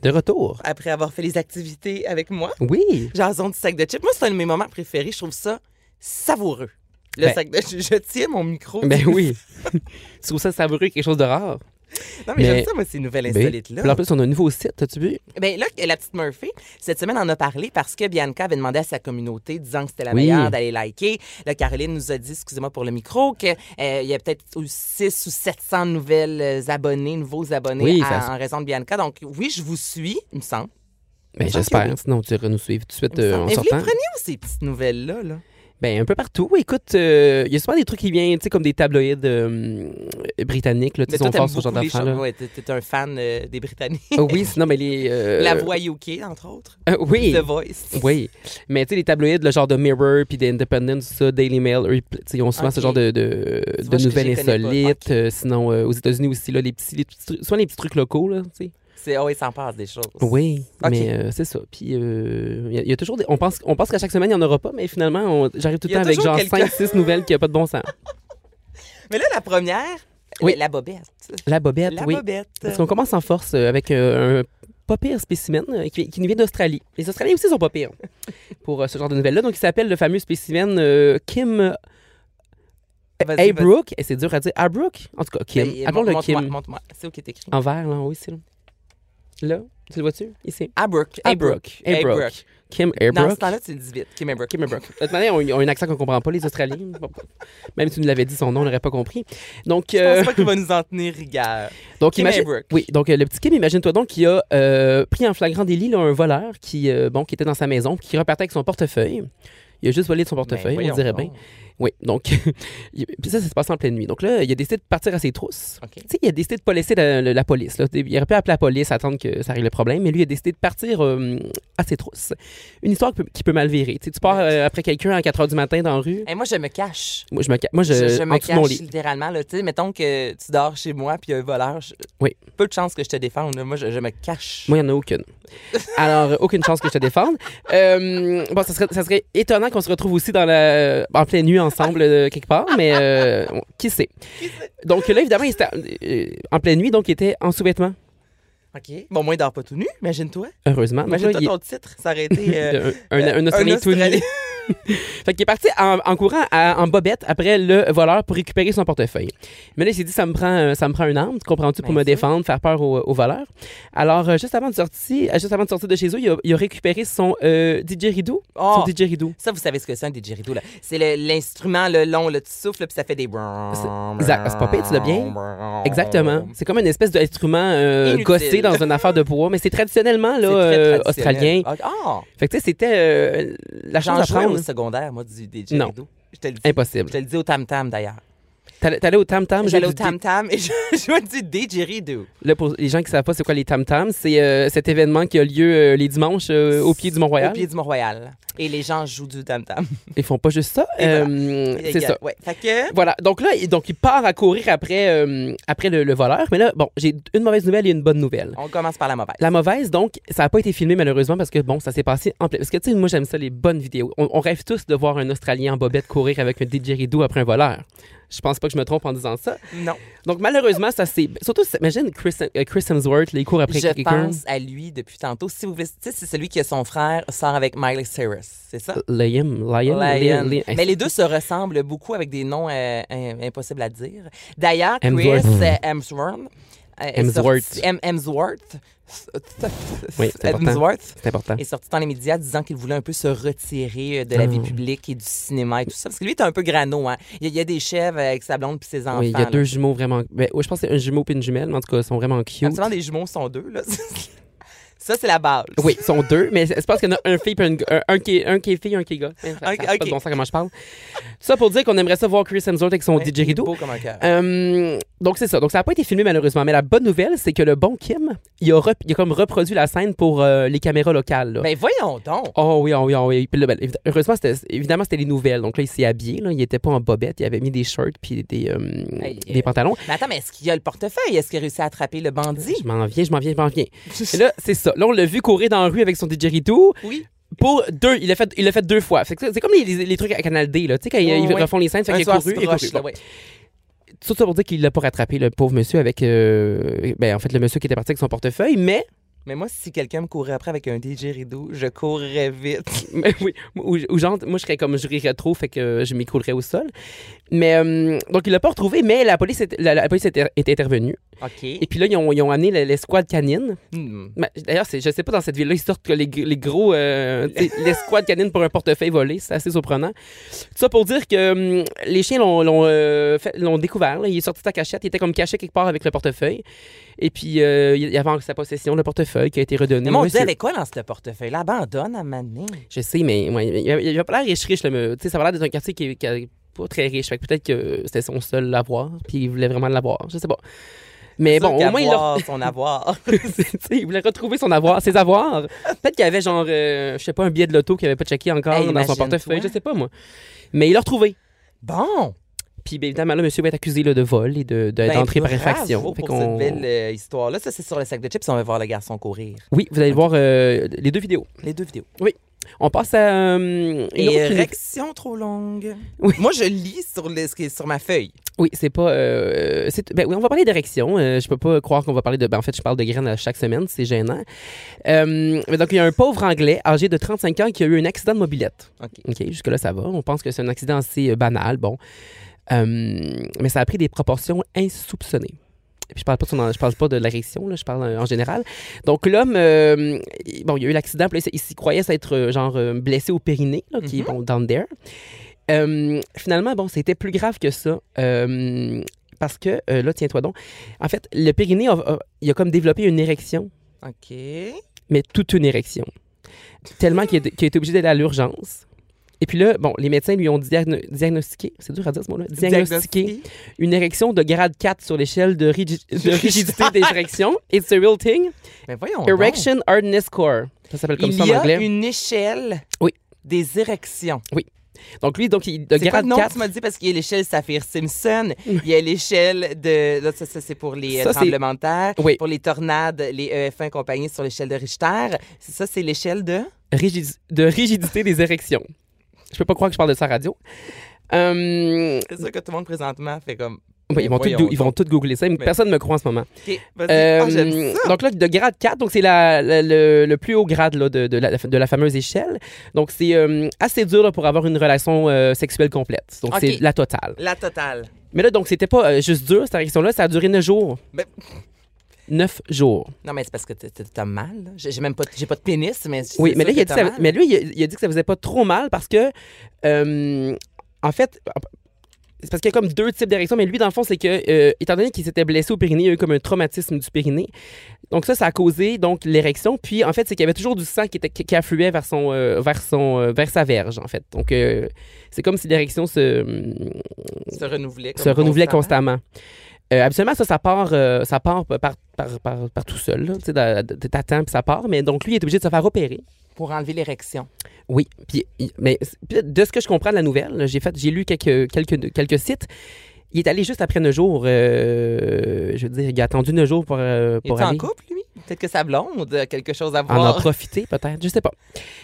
D: De retour.
C: après avoir fait les activités avec moi.
D: Oui.
C: Jason du sac de chips. Moi, c'est un de mes moments préférés. Je trouve ça savoureux. Le
D: Ben-
C: sac de chips. Je tiens mon micro.
D: <laughs> Ben
C: <laughs>
D: oui. tu trouves ça savoureux, quelque chose de rare?
C: non, mais,
D: mais-
C: j'aime ça, moi, ces nouvelles
D: Ben,
C: insolites-là.
D: puis en plus, on a un nouveau site, t'as-tu vu?
C: Ben là, la petite Murphy, cette semaine, en a parlé parce que Bianca avait demandé à sa communauté, disant que c'était la
D: Oui.
C: meilleure, d'aller liker. Là, Caroline nous a dit, excusez-moi pour le micro, qu'il y a peut-être 6 ou 700 nouvelles euh, abonnés, nouveaux abonnés
D: Oui,
C: à-
D: ça-
C: en raison de Bianca. Donc, oui, je vous suis, il me semble.
D: Ben, j'espère. Sinon, tu iras nous suivre tout de suite
C: Il me
D: euh,
C: semble.
D: en
C: Et vous les
D: sortant.
C: prenez où, ces petites nouvelles-là? Là?
D: Ben, un peu partout. Écoute, euh, il y a souvent des trucs qui viennent, tu sais, comme des tabloïdes euh, britanniques, là, tu sais, sont
C: t'aimes
D: forts sur ce genre
C: beaucoup les
D: d'affaires,
C: choses.
D: là.
C: Ouais, t'es- t'es un fan euh, des Britanniques.
D: <laughs> Ah oui, sinon, mais les. euh,
C: La voix UK, entre autres.
D: euh, <laughs> oui.
C: The Voice.
D: Oui, mais tu sais, les tabloïds, le genre de Mirror, puis d'Independent, ça, Daily Mail, eux, tu sais, ils ont souvent
C: Ok.
D: ce genre de, de,
C: Tu
D: de
C: vois, je-
D: nouvelles
C: je les connais pas.
D: insolites.
C: Ok.
D: euh, sinon, euh, aux États-Unis aussi, là, les petits, les petits trucs- souvent les petits trucs locaux, là, tu sais.
C: C'est, oh, il s'en passe des choses.
D: Oui,
C: Ok.
D: mais euh, c'est ça. Puis, euh, il y, a- il y a toujours des- On pense, on pense qu'à chaque semaine, il n'y en aura pas, mais finalement, on- j'arrive tout
C: Il
D: le
C: y a
D: temps avec
C: toujours
D: genre
C: quelqu'un.
D: 5-6 nouvelles qui n'ont pas de bon sens.
C: Mais là, la première,
D: Oui.
C: euh, la bobette.
D: La bobette,
C: <laughs> La
D: oui.
C: bobette.
D: Parce qu'on commence en force euh, avec euh, un pas pire spécimen euh, qui, qui nous vient d'Australie. Les Australiens aussi sont pas pires <laughs> pour euh, ce genre de nouvelles-là. Donc, il s'appelle le fameux spécimen euh, Kim
C: Vas-y, vas-y.
D: Abrook. Et c'est dur à dire. Abrook? En tout cas, Kim.
C: Ben,
D: Appelons-le
C: montre-
D: Kim. Ah.
C: montre-moi, montre-moi. C'est où qui est écrit?
D: En vert, là, oui, c'est là. Là, tu le vois-tu? Ici.
C: Abrook.
D: Abrook. Abrook. Kim
C: Dans ce
D: Abrook.
C: temps-là, tu le dis vite. Kim Abrook.
D: Kim Abrook. De toute manière, on, on a un accent qu'on comprend pas, les Australiens. Bon, Même si tu nous l'avais dit, son nom, on n'aurait pas compris. Donc,
C: Je
D: euh,
C: pense pas qu'il va nous en tenir rigueur.
D: Donc,
C: Kim
D: imagine-
C: Aybrook.
D: Oui, donc euh, le petit Kim, imagine-toi donc qu'il a euh, pris en flagrant délit là, un voleur qui, euh, bon, qui était dans sa maison puis qui repartait avec son portefeuille. Il a juste volé de son portefeuille,
C: Ben,
D: on dirait
C: voyons
D: bien.
C: donc.
D: Oui, donc, <laughs> il- puis ça, ça se passe en pleine nuit. Donc là, il a décidé de partir à ses trousses.
C: OK.
D: Tu sais, il a décidé de pas laisser la, la- la police. Là. Il aurait pu appeler la police, attendre que ça règle le problème, mais lui, il a décidé de partir euh, à ses trousses. Une histoire qui peut, qui peut mal virer. Tu sais, tu pars euh, après quelqu'un à 4 h du matin dans la rue.
C: Hey, moi, je me cache.
D: Moi, je me, ca- moi, je,
C: Je, je
D: en
C: me
D: dessous de mon
C: cache
D: lit.
C: littéralement. Là. Tu sais, Mettons que tu dors chez moi puis il y a un voleur. je-
D: Oui.
C: Peu de chance que je te défende. là. Moi, je, je me cache.
D: Moi, il n'y en a aucune. Alors, euh, aucune chance que je te défende. Euh, bon, ça serait, ça serait étonnant qu'on se retrouve aussi dans la, euh, en pleine nuit ensemble euh, quelque part, mais euh, on- qui sait. Donc là, évidemment, il était, euh, en pleine nuit, donc il était en sous-vêtements,
C: OK. Bon, moi, il dort pas tout nu. Imagine-toi.
D: heureusement. Donc, Ah, là,
C: Imagine-toi
D: il-
C: ton titre. Ça aurait
D: <laughs>
C: été. euh,
D: un, un, un Australien tout nu.
C: Australien.
D: <laughs> Fait qu'il est parti en, en courant à- en bobette après le voleur pour récupérer son portefeuille. Mais là, il s'est dit, ça me prend, euh, ça me prend une arme, tu comprends-tu, pour
C: Bien
D: me
C: Ben sûr.
D: défendre, faire peur au, au voleur. Alors, euh, juste, avant de sortir, euh, juste avant de sortir de chez eux, il a, il a récupéré son euh, didgeridoo.
C: Oh.
D: Son didgeridoo.
C: Ça, vous savez ce que c'est un didgeridoo. là. C'est le- l'instrument le long, là, tu souffles, puis ça fait des...
D: C'est exact, Ah, c'est pas pire, tu l'as bien. Exactement.
C: Oh.
D: C'est comme une espèce d'instrument euh,
C: Inutile.
D: gossé dans une affaire de poids, mais c'est traditionnellement là,
C: C'est très
D: euh,
C: traditionnel.
D: australien.
C: Ah, Ah!
D: Fait que tu sais, c'était euh, la chance
C: J'en
D: à
C: jouais au
D: prendre.
C: secondaire, moi, du des
D: hein. Non.
C: didgeridoo. Je te le dis.
D: Impossible.
C: Je te le dis au tam-tam, d'ailleurs.
D: T'allais t'allais au Tam Tam.
C: J'allais au tam-tam et <laughs> je jouais du didgeridoo.
D: Là, pour les gens qui savent pas c'est quoi les Tam Tam, c'est euh, cet événement qui a lieu euh, les dimanches euh, au pied du Mont-Royal.
C: Au pied du Mont-Royal. Et les gens jouent du Eh ben, tam-tam.
D: Ils font pas juste ça.
C: Et voilà.
D: euh,
C: Et
D: <laughs> c'est
C: gars,
D: ça.
C: Ouais. Fait que...
D: Voilà. Donc là, il- donc il part à courir après, euh, après le, le voleur. Mais là, bon, j'ai une mauvaise nouvelle et une bonne nouvelle.
C: On commence par la mauvaise.
D: La mauvaise, donc, ça n'a pas été filmé malheureusement parce que, bon, ça s'est passé en plein. Parce que, tu sais, moi, j'aime ça, les bonnes vidéos. On, on rêve tous de voir un Australien en bobette courir avec un didgeridoo après un voleur. Je pense pas que je me trompe en disant ça.
C: Non.
D: Donc, malheureusement, ça s'est. Surtout, c'est- imagine Chris, euh, Chris Hemsworth, les cours après
C: Je
D: quelqu'un.
C: pense à lui depuis tantôt. Si vous voulez, tu sais, c'est celui qui a son frère sort avec Miley Cyrus, c'est ça?
D: Liam, Liam,
C: Lion.
D: Liam, Liam.
C: Mais les deux se ressemblent beaucoup avec des noms euh, im- impossibles à dire. D'ailleurs, Chris
D: Hemsworth.
C: euh, Hemsworth. euh, est
D: Hemsworth.
C: sorti- Hem- Hemsworth.
D: Oui, c'est important.
C: Hemsworth
D: C'est important.
C: est sorti dans les médias disant qu'il voulait un peu se retirer euh, de la
D: Hmm.
C: vie publique et du cinéma et tout ça. Parce que lui, il est un peu grano. Hein. Il, y a, il y a des chèvres avec sa blonde et ses enfants.
D: Oui, il y a
C: là.
D: deux jumeaux
C: Ah,
D: vraiment. ben, ouais, je pense que c'est un jumeau puis une jumelle, mais en tout cas, ils sont vraiment cute.
C: Souvent, les jumeaux sont deux. Là. <laughs> Ça, c'est la base.
D: Oui, ils sont deux, mais c'est parce qu'il y en a un fille puis un, gars- un, un qui est, un qui est fille, un qui est gars. Ça- ça a
C: Ok,
D: pas de
C: ok.
D: bon sens comment je parle. Ça pour dire qu'on aimerait ça voir Chris Hemsworth avec son
C: Ouais, Ben, il est
D: didgeridoo.
C: beau comme un cœur.
D: Euh, donc c'est ça. Donc ça n'a pas été filmé malheureusement, mais la bonne nouvelle c'est que le bon Kim, il a, rep- il a comme reproduit la scène pour euh, les caméras locales. là.
C: Mais Ben, voyons donc.
D: Oh oui, oh oui, oh oui. Puis là, ben, évi- heureusement, c'était, évidemment, c'était les nouvelles. Donc là, il s'est habillé. Là. Il était pas en bobette. Il avait mis des shirts puis des, euh,
C: Hey,
D: des
C: euh,
D: pantalons.
C: Mais attends, mais est-ce qu'il y a le portefeuille? Est-ce qu'il a réussi à attraper le bandit?
D: Je m'en viens, je m'en viens, je
C: <laughs>
D: m'en viens. Et là, c'est ça. Là, on l'a vu courir dans la rue avec son didgeridoo.
C: Oui.
D: Pour deux, il l'a fait, il l'a fait deux fois. Fait que ça, c'est comme les, les- les trucs à Canal D, là. Tu sais, quand ils-
C: Ouais,
D: ils
C: ouais.
D: refont les scènes, fait
C: Un
D: qu'il a
C: soir,
D: couru,
C: c'est
D: il a
C: proche,
D: couru.
C: là,
D: Bon.
C: ouais.
D: Tout ça pour dire qu'il l'a pas rattrapé, le pauvre monsieur, avec, euh, ben, en fait, le monsieur qui était parti avec son portefeuille, mais,
C: Mais moi, si quelqu'un me courait après avec un DJ rideau, je courrais
D: <laughs>
C: vite.
D: mais Ben oui, ou, ou genre, moi, je serais comme, je rirais trop, fait que je m'écroulerais au sol. Mais, euh, donc, il l'a pas retrouvé, mais la police, était- la, la police était, était intervenue.
C: OK.
D: Et puis là, ils ont, ils ont amené l'escouade canine.
C: Hmm.
D: Ben, D'ailleurs, c'est- je sais pas, dans cette ville-là, ils sortent que les, gr- les gros. euh, tu sais,
C: <laughs>
D: L'escouade canine pour un portefeuille volé, c'est assez surprenant. Tout ça pour dire que hum, les chiens l'ont- l'ont euh, fait- l'ont découvert. là. Il est sorti de sa cachette, il était comme caché quelque part avec le portefeuille. Et puis, euh, il y avait en sa possession le portefeuille qui a été redonné.
C: Mais mon
D: au
C: Dieu,
D: monsieur.
C: avait quoi dans ce portefeuille-là? Abandonne à Mané.
D: Je sais, mais ouais, il a- il a pas l'air riche-riche. là, mais, tu sais, Ça a l'air d'être un quartier qui est- qui est pas très riche. Fait que peut-être que c'était son seul avoir, puis il voulait vraiment l'avoir. Je sais pas. Mais bon, au moins, il l'a
C: son avoir.
D: C'est- <laughs> tu sais, il voulait retrouver son avoir, ses avoirs. Peut-être qu'il y avait genre, euh, je sais pas, un billet de loto qu'il avait pas checké encore
C: Hey,
D: dans son
C: imagine-toi.
D: portefeuille, je sais pas moi. Mais il l'a retrouvé.
C: Bon.
D: Puis ben, évidemment, là, monsieur va être accusé là, de vol et de, de-
C: Ben,
D: d'entrée par
C: bravo
D: effraction. Fait
C: pour
D: qu'on-
C: cette belle euh, histoire-là. Ça, c'est sur le sac de chips. On va voir le garçon courir.
D: Oui, vous allez voir euh, les deux vidéos.
C: Les deux vidéos.
D: On passe à. euh, une
C: Et
D: autre
C: euh,
D: nouvelle-
C: réaction trop longue.
D: Oui.
C: Moi, je lis sur le- ce qui est sur ma feuille.
D: Oui, c'est pas. euh, c'est- ben oui, on va parler d'érection. Euh, je peux pas croire qu'on va parler de. Ben, en fait, je parle de graines à chaque semaine, c'est gênant. Euh, mais donc, il y a un pauvre Anglais âgé de 35 ans qui a eu un accident de mobilette.
C: OK.
D: OK, jusque-là, ça va. On pense que c'est un accident assez euh, banal, bon. Euh, mais ça a pris des proportions insoupçonnées. Et Puis je parle pas de, son- je parle pas de l'érection, là, je parle euh, en général. Donc l'homme, euh, il- bon, il y a eu l'accident, puis là, il s'y croyait s'être euh, genre euh, blessé au périnée, là, qui est bon down there. Euh, finalement, bon, c'était plus grave que ça. euh, parce que, euh, là, tiens-toi donc, en fait, le périnée, a- a- il a comme développé une érection,
C: OK.
D: mais toute une érection. Tellement qu'il a, qu'il a été obligé d'aller à l'urgence. Et puis là, bon, les médecins lui ont diagno- diagnostiqué, c'est dur à dire ce mot-là, diagnostiqué une érection de grade 4 sur l'échelle de, rigi-
C: <laughs>
D: de rigidité des érections. It's a real thing.
C: Mais voyons. donc.
D: Erection hardness score. Ça s'appelle comme
C: Oh Il
D: ça en
C: y a
D: anglais.
C: une échelle
D: Oui.
C: des érections.
D: Donc lui, donc, il, de
C: C'est quoi
D: grade
C: le nom que
D: 4.
C: tu m'as dit? Parce qu'il y a l'échelle Saphir-Simpson, il y a l'échelle de... Là, ça, ça, c'est pour les euh,
D: Ça, c'est-
C: tremblements de terre,
D: Oui.
C: pour les tornades, les EF1 et compagnie sur l'échelle de Richter. C'est Ça, c'est l'échelle de...
D: rigidi- de rigidité des érections. Je peux pas croire que je parle de ça à radio. Euh,
C: C'est ça que tout le monde présentement fait comme...
D: oui, ils, vont tout,
C: Voyons
D: ils vont tout googler ça. Personne ne me croit en ce moment.
C: OK, vas-y.
D: Euh,
C: Ah, j'aime ça.
D: donc là, de grade 4, donc c'est la, la- le, le plus haut grade là, de, de la, de la fameuse échelle. Donc c'est euh, assez dur là, pour avoir une relation euh, sexuelle complète. Donc
C: Ok.
D: c'est la totale.
C: La totale.
D: Mais là, donc, c'était pas euh, juste dur, cette érection-là. Ça a duré neuf jours.
C: Ben-
D: Neuf jours.
C: Non, mais c'est parce que t'as- t'as t'as mal. là. J'ai j'ai même pas, j'ai pas de pénis, mais... c'est
D: Oui,
C: sûr
D: mais là, il a,
C: que
D: dit
C: t'as
D: ça-
C: mal.
D: mais lui, il a, il a dit que ça faisait pas trop mal parce que, euh, en fait, c'est parce qu'il y a comme deux types d'érections, mais lui, dans le fond, c'est que, euh, étant donné qu'il s'était blessé au périnée, il y a eu comme un traumatisme du périnée. Donc ça, ça a causé donc l'érection. Puis, en fait, c'est qu'il y avait toujours du sang qui, était, qui qui affluait vers son, euh, vers son, euh, vers sa verge, en fait. Donc, euh, c'est comme si l'érection se,
C: Se renouvelait.
D: se renouvelait constamment. Euh, habituellement, ça, ça part, euh, ça part par, par, par- par tout seul. là. Tu sais, da- da- t'attends, puis ça part. Mais donc, lui, il est obligé de se faire opérer.
C: Pour enlever l'érection.
D: Oui. Puis, il- mais c'est- puis de ce que je comprends de la nouvelle, là, j'ai fait, j'ai lu quelques, quelques, quelques sites. Il est allé juste après neuf jours. euh, je veux dire, il a attendu neuf jours pour, euh,
C: Il
D: pour
C: est en
D: aller
C: couple, lui? Peut-être que sa blonde a quelque chose à
D: en, en
C: voir. <laughs>
D: profiter, peut-être. Je sais pas.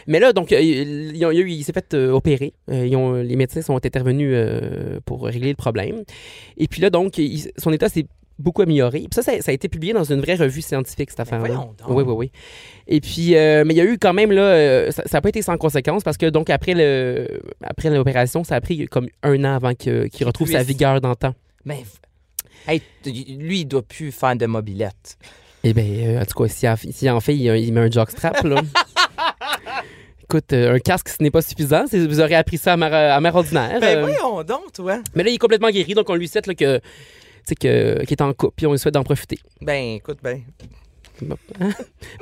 D: Mais là, donc, euh, il, il- il a eu- il s'est fait euh, opérer. Euh, ils ont- les médecins sont intervenus euh, pour régler le problème. Et puis là, donc, il- son état s'est beaucoup amélioré. Puis ça, ça, ça a été publié dans une vraie revue scientifique, cette affaire-là.
C: Ben voyons donc.
D: Oui, oui, oui. Et puis, euh, mais il y a eu quand même, là, euh, ça n'a pas été sans conséquence parce que, donc, après le après l'opération, ça a pris comme un an avant que- qu'il retrouve sa
C: puisse.
D: vigueur d'antan.
C: Mais v- hey, t- lui, il doit plus faire de mobilette.
D: Eh bien, en tout cas, s'il en, s'il en fait, il, il met un jockstrap, là. Écoute, euh, un casque, ce n'est pas suffisant. C'est- Vous aurez appris ça à mère, à mère ordinaire.
C: Ben
D: Euh,
C: voyons donc, toi.
D: mais là, il est complètement guéri, donc on lui souhaite là, que, tu sais, que- qu'il est en couple, puis on lui souhaite d'en profiter.
C: Ben écoute, ben.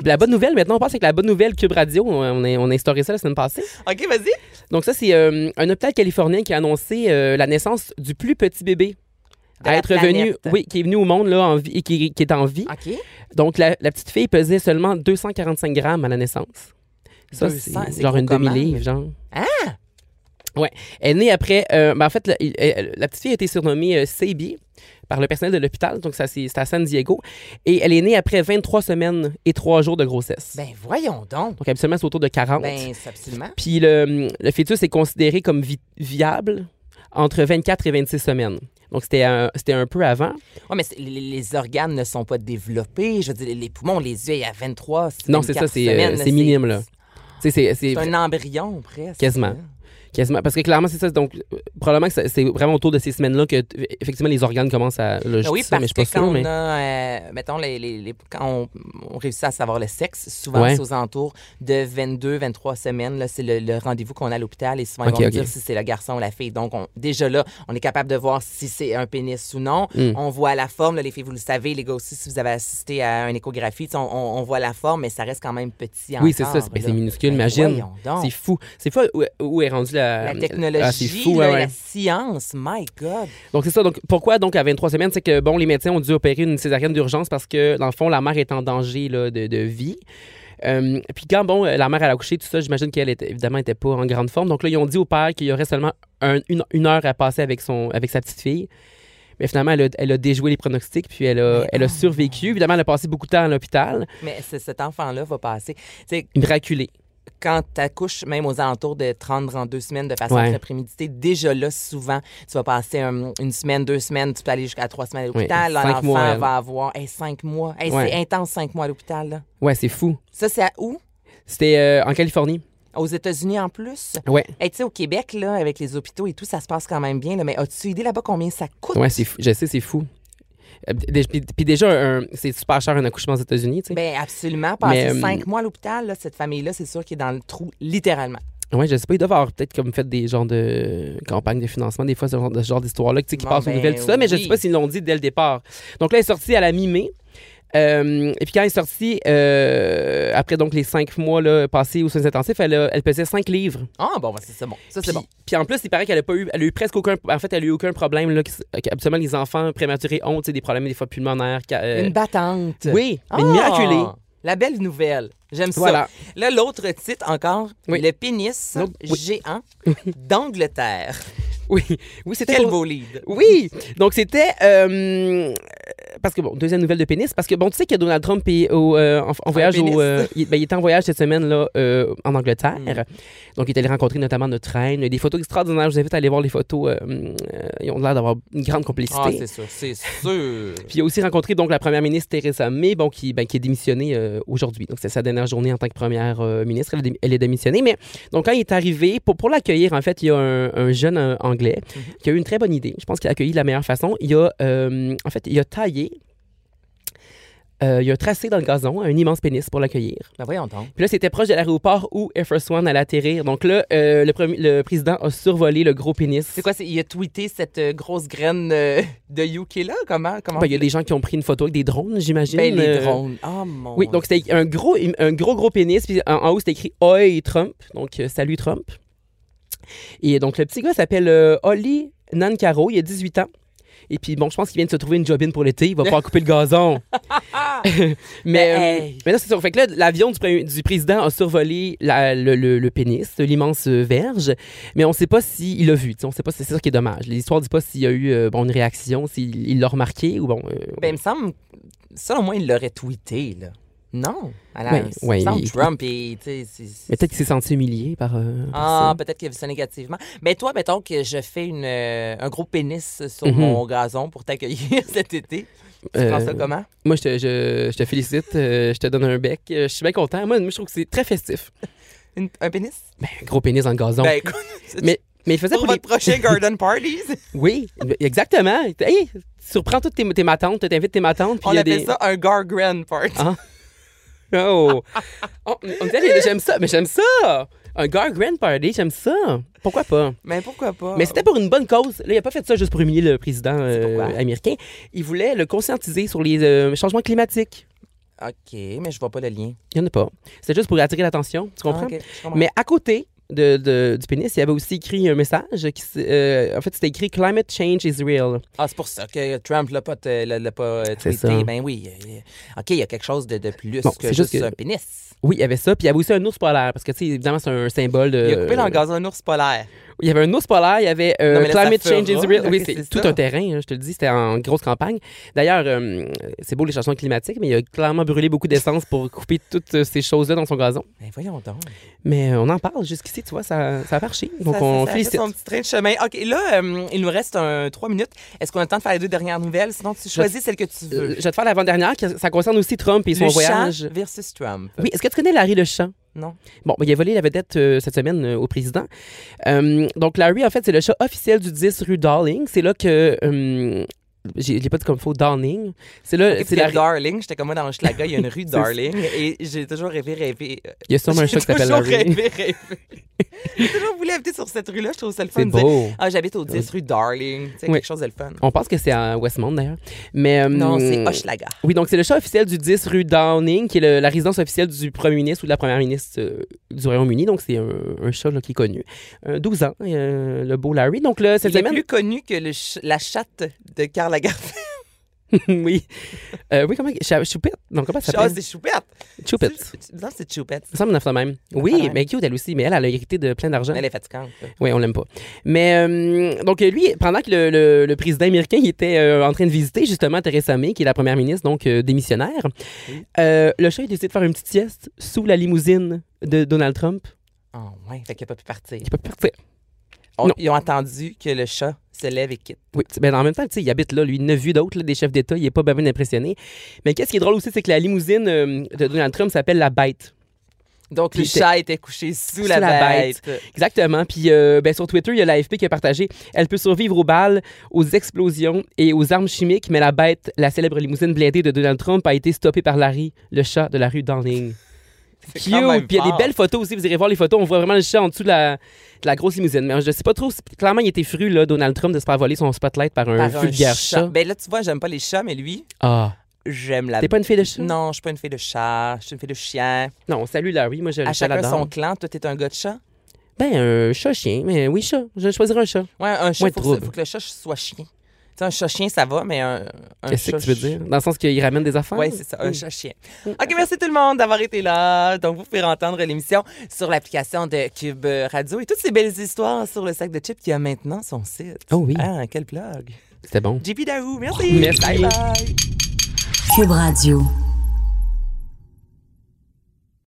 D: La bonne nouvelle, maintenant, on passe avec la bonne nouvelle Cube Radio. On a, on a instauré ça la semaine passée.
C: OK, vas-y.
D: Donc, ça, c'est euh, un hôpital californien qui a annoncé euh, la naissance du plus petit bébé
C: De
D: à
C: la
D: être venu,
C: planète. Ah.
D: oui, qui est venu au monde là, en vie, et qui, qui est en vie.
C: OK.
D: Donc, la, la petite fille pesait seulement 245 grammes à la naissance. Ça,
C: 200,
D: c'est
C: c'est
D: genre
C: gros
D: une
C: comment?
D: demi-livre, genre.
C: Ah!
D: Ouais. Elle est née après. euh, ben, en fait, la, il- elle- la petite fille a été surnommée euh, Sabi par le personnel de l'hôpital. Donc, ça, c'est c'est à San Diego. Et elle est née après 23 semaines et 3 jours de grossesse.
C: Ben, voyons donc.
D: Donc, habituellement, c'est autour de 40.
C: Ben, c'est absolument.
D: Puis le, le fœtus est considéré comme vi- viable entre 24 et 26 semaines. Donc, c'était un, c'était un peu avant.
C: Ouais, mais c'est- les, les organes ne sont pas développés. Je veux dire, les- les poumons, les yeux, il y a 23.
D: Non, c'est ça,
C: 24
D: c'est euh,
C: semaines,
D: c'est minime, là. Tu sais, c'est- c'est
C: C'est un embryon, presque.
D: Quasiment. quasiment. Parce que clairement, c'est ça. Donc, euh, probablement que ça- c'est vraiment autour de ces semaines-là que, t- effectivement, les organes commencent à. là, je
C: Ah oui,
D: dis ça,
C: parce
D: mais je suis
C: que
D: pas
C: quand
D: sûr, mais-
C: on a, euh, mettons, les, les- les- quand on, on réussit à savoir le sexe, souvent
D: Ouais.
C: c'est aux alentours de 22, 23 semaines. là, C'est le, le rendez-vous qu'on a à l'hôpital et souvent ils
D: Ok,
C: vont nous
D: ok.
C: dire si c'est le garçon ou la fille. Donc, on- déjà là, on est capable de voir si c'est un pénis ou non.
D: Hmm.
C: On voit la forme. là, les filles, vous le savez, les gars aussi, si vous avez assisté à une échographie, tu sais, on, on- on voit la forme, mais ça reste quand même petit
D: Oui, c'est ça.
C: encore,
D: C'est ben,
C: là.
D: c'est minuscule,
C: Ben,
D: imagine.
C: voyons donc.
D: C'est fou. C'est fou où, où est rendue la.
C: La technologie,
D: Ah, c'est fou,
C: là,
D: ouais, ouais.
C: la science, my God.
D: Donc, c'est ça. Donc, pourquoi, donc, à 23 semaines, c'est que, bon, les médecins ont dû opérer une césarienne d'urgence parce que, dans le fond, la mère est en danger là, de, de vie. Euh, puis quand, bon, la mère, elle a accouché, tout ça, j'imagine qu'elle, était, évidemment, n'était pas en grande forme. Donc là, ils ont dit au père qu'il y aurait seulement un- une, une heure à passer avec, son, avec sa petite fille. Mais finalement, elle a, elle a déjoué les pronostics, puis elle a, elle a survécu. Évidemment, elle a passé beaucoup de temps à l'hôpital,
C: Mais c'est- cet enfant-là va passer. C'est
D: miraculée.
C: quand tu accouches, même aux alentours de 30-32 semaines de façon
D: Ouais.
C: très préméditée, déjà là, souvent, tu vas passer un- une semaine, deux semaines, tu peux aller jusqu'à trois semaines à l'hôpital.
D: Oui, cinq
C: L'enfant
D: mois, elle.
C: va avoir hey, cinq mois. Hey,
D: Ouais.
C: C'est intense, cinq mois à l'hôpital. là.
D: Ouais, c'est fou.
C: Ça, c'est à où?
D: C'était euh, en Californie.
C: Aux États-Unis en plus?
D: Ouais.
C: Hey, tu sais, au Québec, là, avec les hôpitaux et tout, ça se passe quand même bien. là, mais as-tu idée là-bas combien ça coûte?
D: Ouais, c'est fou. Je sais, c'est fou. Euh, dé- Puis puis déjà, un- c'est super cher un accouchement aux États-Unis, tu sais.
C: Ben absolument. Passer
D: Mais, euh,
C: cinq mois à l'hôpital, là, cette famille-là, c'est sûr qu'il est dans le trou, littéralement.
D: Ouais, je sais pas, ils doivent avoir peut-être comme fait des genres de campagnes de financement, des fois, ce genre, de- ce genre d'histoire-là, tu sais, qui
C: Bon,
D: passent aux
C: ben
D: nouvelles, tout ça, mais je sais
C: oui.
D: pas s'ils l'ont dit dès le départ. Donc là, il est sorti à la mi-mai. Euh, et puis quand elle est sortie, euh, après donc les cinq mois là, passés aux soins intensifs, elle, a- elle pesait cinq livres.
C: Ah, bon, ben, ça, c'est bon. Ça,
D: Puis,
C: c'est bon.
D: puis en plus, il paraît qu'elle a pas eu, elle a eu presque aucun, en fait, elle a eu aucun problème là. qui- Habituellement, les enfants prématurés ont, tu sais, des problèmes des fois pulmonaires. ca- euh,
C: Une battante.
D: oui, mais une
C: Ah!
D: miraculée.
C: La belle nouvelle. J'aime
D: Voilà.
C: ça. Là, l'autre titre encore,
D: Oui.
C: le pénis
D: L'autre- oui.
C: géant d'Angleterre.
D: Oui, oui, c'était
C: Quel
D: pour-
C: beau lead.
D: Oui, donc c'était euh, parce que bon deuxième nouvelle de pénis parce que bon tu sais que Donald Trump est au, euh, en, en voyage
C: pénis.
D: au, euh, il, ben, il était en voyage cette semaine là euh, en Angleterre
C: Mm.
D: donc il est allé rencontrer notamment notre reine Il y a des photos extraordinaires je vous invite à aller voir les photos euh, euh, ils ont l'air d'avoir une grande complicité
C: Ah, c'est sûr, c'est
D: <laughs>
C: sûr.
D: puis il a aussi rencontré donc la première ministre Theresa May, bon, qui, ben, qui est démissionnée euh, aujourd'hui. Donc c'est sa dernière journée en tant que première euh, ministre. Elle, est dé- elle est démissionnée. Mais donc quand il est arrivé, pour, pour l'accueillir, en fait, il y a un, un jeune euh, Anglais
C: Mm-hmm.
D: qui a eu une très bonne idée. Je pense qu'il a accueilli de la meilleure façon. Il a, euh, en fait, il a taillé. euh, il a tracé dans le gazon un immense pénis pour l'accueillir.
C: Ben voyons donc.
D: Puis là, c'était proche de l'aéroport où Air Force One allait atterrir. Donc là, euh, le, premi- le président a survolé le gros pénis.
C: C'est quoi, c'est- il a tweeté cette euh, grosse graine euh, de UK là? Comment? comment
D: Ben, Il y a des gens qui ont pris une photo avec des drones, j'imagine.
C: Ben, les
D: Euh,
C: drones. Oh mon
D: Oui, donc c'était un gros, un gros, gros pénis. Puis en, en haut, c'était écrit Oi Trump. Donc, euh, salut Trump. Et donc, le petit gars s'appelle euh, Oli Nancaro. Il a 18 ans. Et puis, bon, je pense qu'il vient de se trouver une jobine pour l'été. Il va pouvoir couper le gazon.
C: <laughs>
D: <laughs> mais,
C: Mais,
D: euh,
C: Ben, hey.
D: mais là, c'est sûr. Fait que là, l'avion du, pré- du président a survolé la- le, le- le pénis, l'immense euh, verge. Mais on ne sait pas s'il l'a vu. tu sais, On sait pas, c'est ça qui est dommage. L'histoire ne dit pas s'il y a eu euh, bon, une réaction, s'il il l'a remarqué ou bon. euh,
C: Ben, il me semble, selon moi, il l'aurait tweeté, là. Non. Alors,
D: Ben,
C: il
D: ouais,
C: me semble
D: il-
C: Trump, il, tu sais, c'est- c'est-
D: mais peut-être qu'il s'est senti humilié par. euh, par ça.
C: Ah, peut-être qu'il a vu ça négativement. Mais toi, mettons que je fais une, euh, un gros pénis sur
D: Mhm.
C: mon gazon pour t'accueillir <laughs> cet été. Tu
D: Euh,
C: prends ça comment?
D: Moi, je te, je, je te félicite, euh, je te donne un bec. euh, je suis bien content. Moi, moi, je trouve que c'est très festif.
C: Une- un pénis?
D: Ben, un gros pénis dans le gazon.
C: Ben, écoute, c'est-
D: mais, mais il faisait
C: pour,
D: pour, les-
C: votre
D: <laughs>
C: prochain garden parties,
D: Oui, exactement. Hey, tu surprends toutes tes, tes matantes, t'invites tes matantes. puis
C: on
D: il y a
C: appelle
D: des...
C: ça un gargren party.
D: Ah. Oh. Oh, on dirait, j'aime ça, mais j'aime ça. Un girl grand party, j'aime ça. Pourquoi pas?
C: Mais pourquoi pas?
D: Mais c'était pour une bonne cause. Là, il n'a pas fait ça juste pour humilier le président euh,
C: pourquoi?
D: américain. Il voulait le conscientiser sur les euh, changements climatiques.
C: OK, mais je vois pas le lien.
D: Il n'y en a pas. C'est juste pour attirer l'attention, tu comprends?
C: Ah, ok, je comprends.
D: Mais à côté de, de- du pénis, il y avait aussi écrit un message qui. s- euh, en fait, c'était écrit Climate change is real.
C: Ah, c'est pour ça que Trump l'a pas, te- l'a- l'a pas euh,
D: C'est
C: tweeté.
D: ça.
C: Ben oui. euh, OK, il y a quelque chose de, de plus
D: Bon,
C: que
D: c'est
C: juste,
D: juste que-
C: un pénis.
D: Oui, il y avait ça. Puis il y avait aussi un ours polaire, parce que, tu sais, évidemment, c'est un symbole de.
C: Il a coupé dans le gazon un ours polaire.
D: Il y avait un ours polaire, il y avait euh,
C: Non, mais là, ça
D: Climate Change is
C: fera.
D: Real. Oui,
C: Ok,
D: c'est
C: c'est
D: tout
C: ça.
D: un terrain, hein, je te le dis, c'était en grosse campagne. D'ailleurs, euh, c'est beau les changements climatiques, mais il a clairement brûlé beaucoup d'essence pour couper toutes euh, ces choses-là dans son gazon.
C: Ben voyons donc.
D: Mais euh, on en parle jusqu'ici, tu vois, ça, ça a marché. Donc
C: Ça- ça-
D: on
C: ça a fait
D: félicite.
C: son petit train de chemin. OK, là, euh, il nous reste un, trois minutes. Est-ce qu'on a le temps de faire les deux dernières nouvelles? Sinon, tu choisis celle que tu
D: Euh,
C: veux.
D: Je vais te faire l'avant-dernière, qui- ça concerne aussi Trump et son
C: Le
D: voyage. Euh,
C: chat versus Trump.
D: Oui, est-ce que tu connais Larry Lechamp?
C: Non.
D: Bon, il a volé la vedette euh, cette semaine euh, au président. Euh, donc, Larry, en fait, c'est le chat officiel du 10 rue Darling. C'est là que. euh, j'ai- je l'ai pas dit comme faux, Darling. C'est
C: Ok,
D: là. c'est
C: parce que
D: Larry-
C: Darling, j'étais comme moi dans Schlaga, il y a une
D: <laughs>
C: rue Darling et j'ai toujours rêvé, rêvé. euh,
D: Il y a sûrement un
C: j'ai <laughs>
D: chat qui s'appelle
C: toujours
D: Larry.
C: rêvé, rêvé. J'ai toujours voulu habiter sur cette rue-là, je trouve ça le fun.
D: C'est
C: de dire,
D: beau.
C: Ah, j'habite au 10 rue Darling, tu sais,
D: Oui. Mm.
C: quelque chose de le fun.
D: On pense que c'est à Westmont, d'ailleurs. Mais, euh,
C: Non, c'est Hochelaga.
D: Oui, donc c'est le chat officiel du 10 rue Downing, qui est le- la résidence officielle du premier ministre ou de la première ministre euh, du Royaume-Uni. Donc c'est un, un chat là, qui est connu. Euh, 12 ans, euh, le beau Larry. Donc là, cette
C: Il est
D: semaine.
C: plus connu que le ch- la chatte de Karl Lagerfeld.
D: <laughs> oui. Euh, oui, comment. Cha- Choupette. Non, comment ça
C: Ah,
D: s'appelle
C: c'est Choupette.
D: Choupette.
C: Tu- tu- Non, c'est Choupette.
D: Ça me semble même.
C: Ah,
D: Oui,
C: ouais.
D: mais cute elle aussi, mais elle, elle a hérité de plein d'argent.
C: Elle est fatigante.
D: Oui, on l'aime pas. Mais euh, donc euh, lui, pendant que le, le- le président américain il était euh, en train de visiter justement Theresa May, qui est la première ministre, donc euh, démissionnaire, euh, le chat a décidé de faire une petite sieste sous la limousine de Donald Trump.
C: Ah, ouais, fait qu'il a pas pu partir.
D: Il peut partir.
C: On-
D: Non.
C: ils ont attendu que le chat se lève et quitte.
D: Oui, t- ben en même temps, tu sais, il habite là, lui, il n'a vu d'autres, là, des chefs d'État, il est pas bien bien impressionné. Mais qu'est-ce qui est drôle aussi, c'est que la limousine euh, de Donald Trump s'appelle la Bête.
C: Donc, le
D: Puis
C: chat était couché sous,
D: sous
C: la,
D: la
C: bête.
D: bête. Exactement. Puis euh, ben, sur Twitter, il y a l'AFP qui a partagé Elle peut survivre aux balles, aux explosions et aux armes chimiques, mais la bête, la célèbre limousine blindée de Donald Trump, a été stoppée par Larry, le chat de la rue Downing.
C: C'est
D: Cute.
C: quand même
D: Puis il y a des
C: fort.
D: belles photos aussi. Vous irez voir les photos. On voit vraiment le chat en dessous de la, de la grosse limousine. Mais je sais pas trop. si- Clairement, il était fru, là, Donald Trump, de se faire voler son spotlight par un
C: Par un
D: vulgaire
C: chat.
D: chat.
C: Ben là, tu vois, j'aime pas les chats, mais lui,
D: Ah.
C: j'aime la
D: T'es pas une fille de chat?
C: Non, je suis pas une fille de chat, je suis une fille de chien.
D: Non, salut Larry. Moi, je le
C: à
D: chat,
C: chacun
D: l'adore.
C: son clan, toi t'es un gars de chat.
D: Ben, un chat-chien. Mais oui, chat. Je choisirais un chat.
C: Ouais, un chat,
D: Moins de
C: faut, que,
D: trouble.
C: ça- faut que le chat soit chien. Tu sais, un chat chien, ça va, mais un, un
D: Qu'est-ce
C: chat
D: que tu veux
C: chien-
D: dire? Dans le sens qu'il ramène des affaires?
C: Oui, c'est ça, un
D: Mm.
C: chat chien. OK, merci tout le monde d'avoir été là. Donc, vous pouvez entendre l'émission sur l'application de Cube Radio et toutes ces belles histoires sur le sac de chips qui a maintenant son site.
D: Oh oui.
C: Ah, quel plug.
D: C'était bon.
C: JP Daou, merci.
D: Merci.
C: Bye bye.
A: Cube Radio.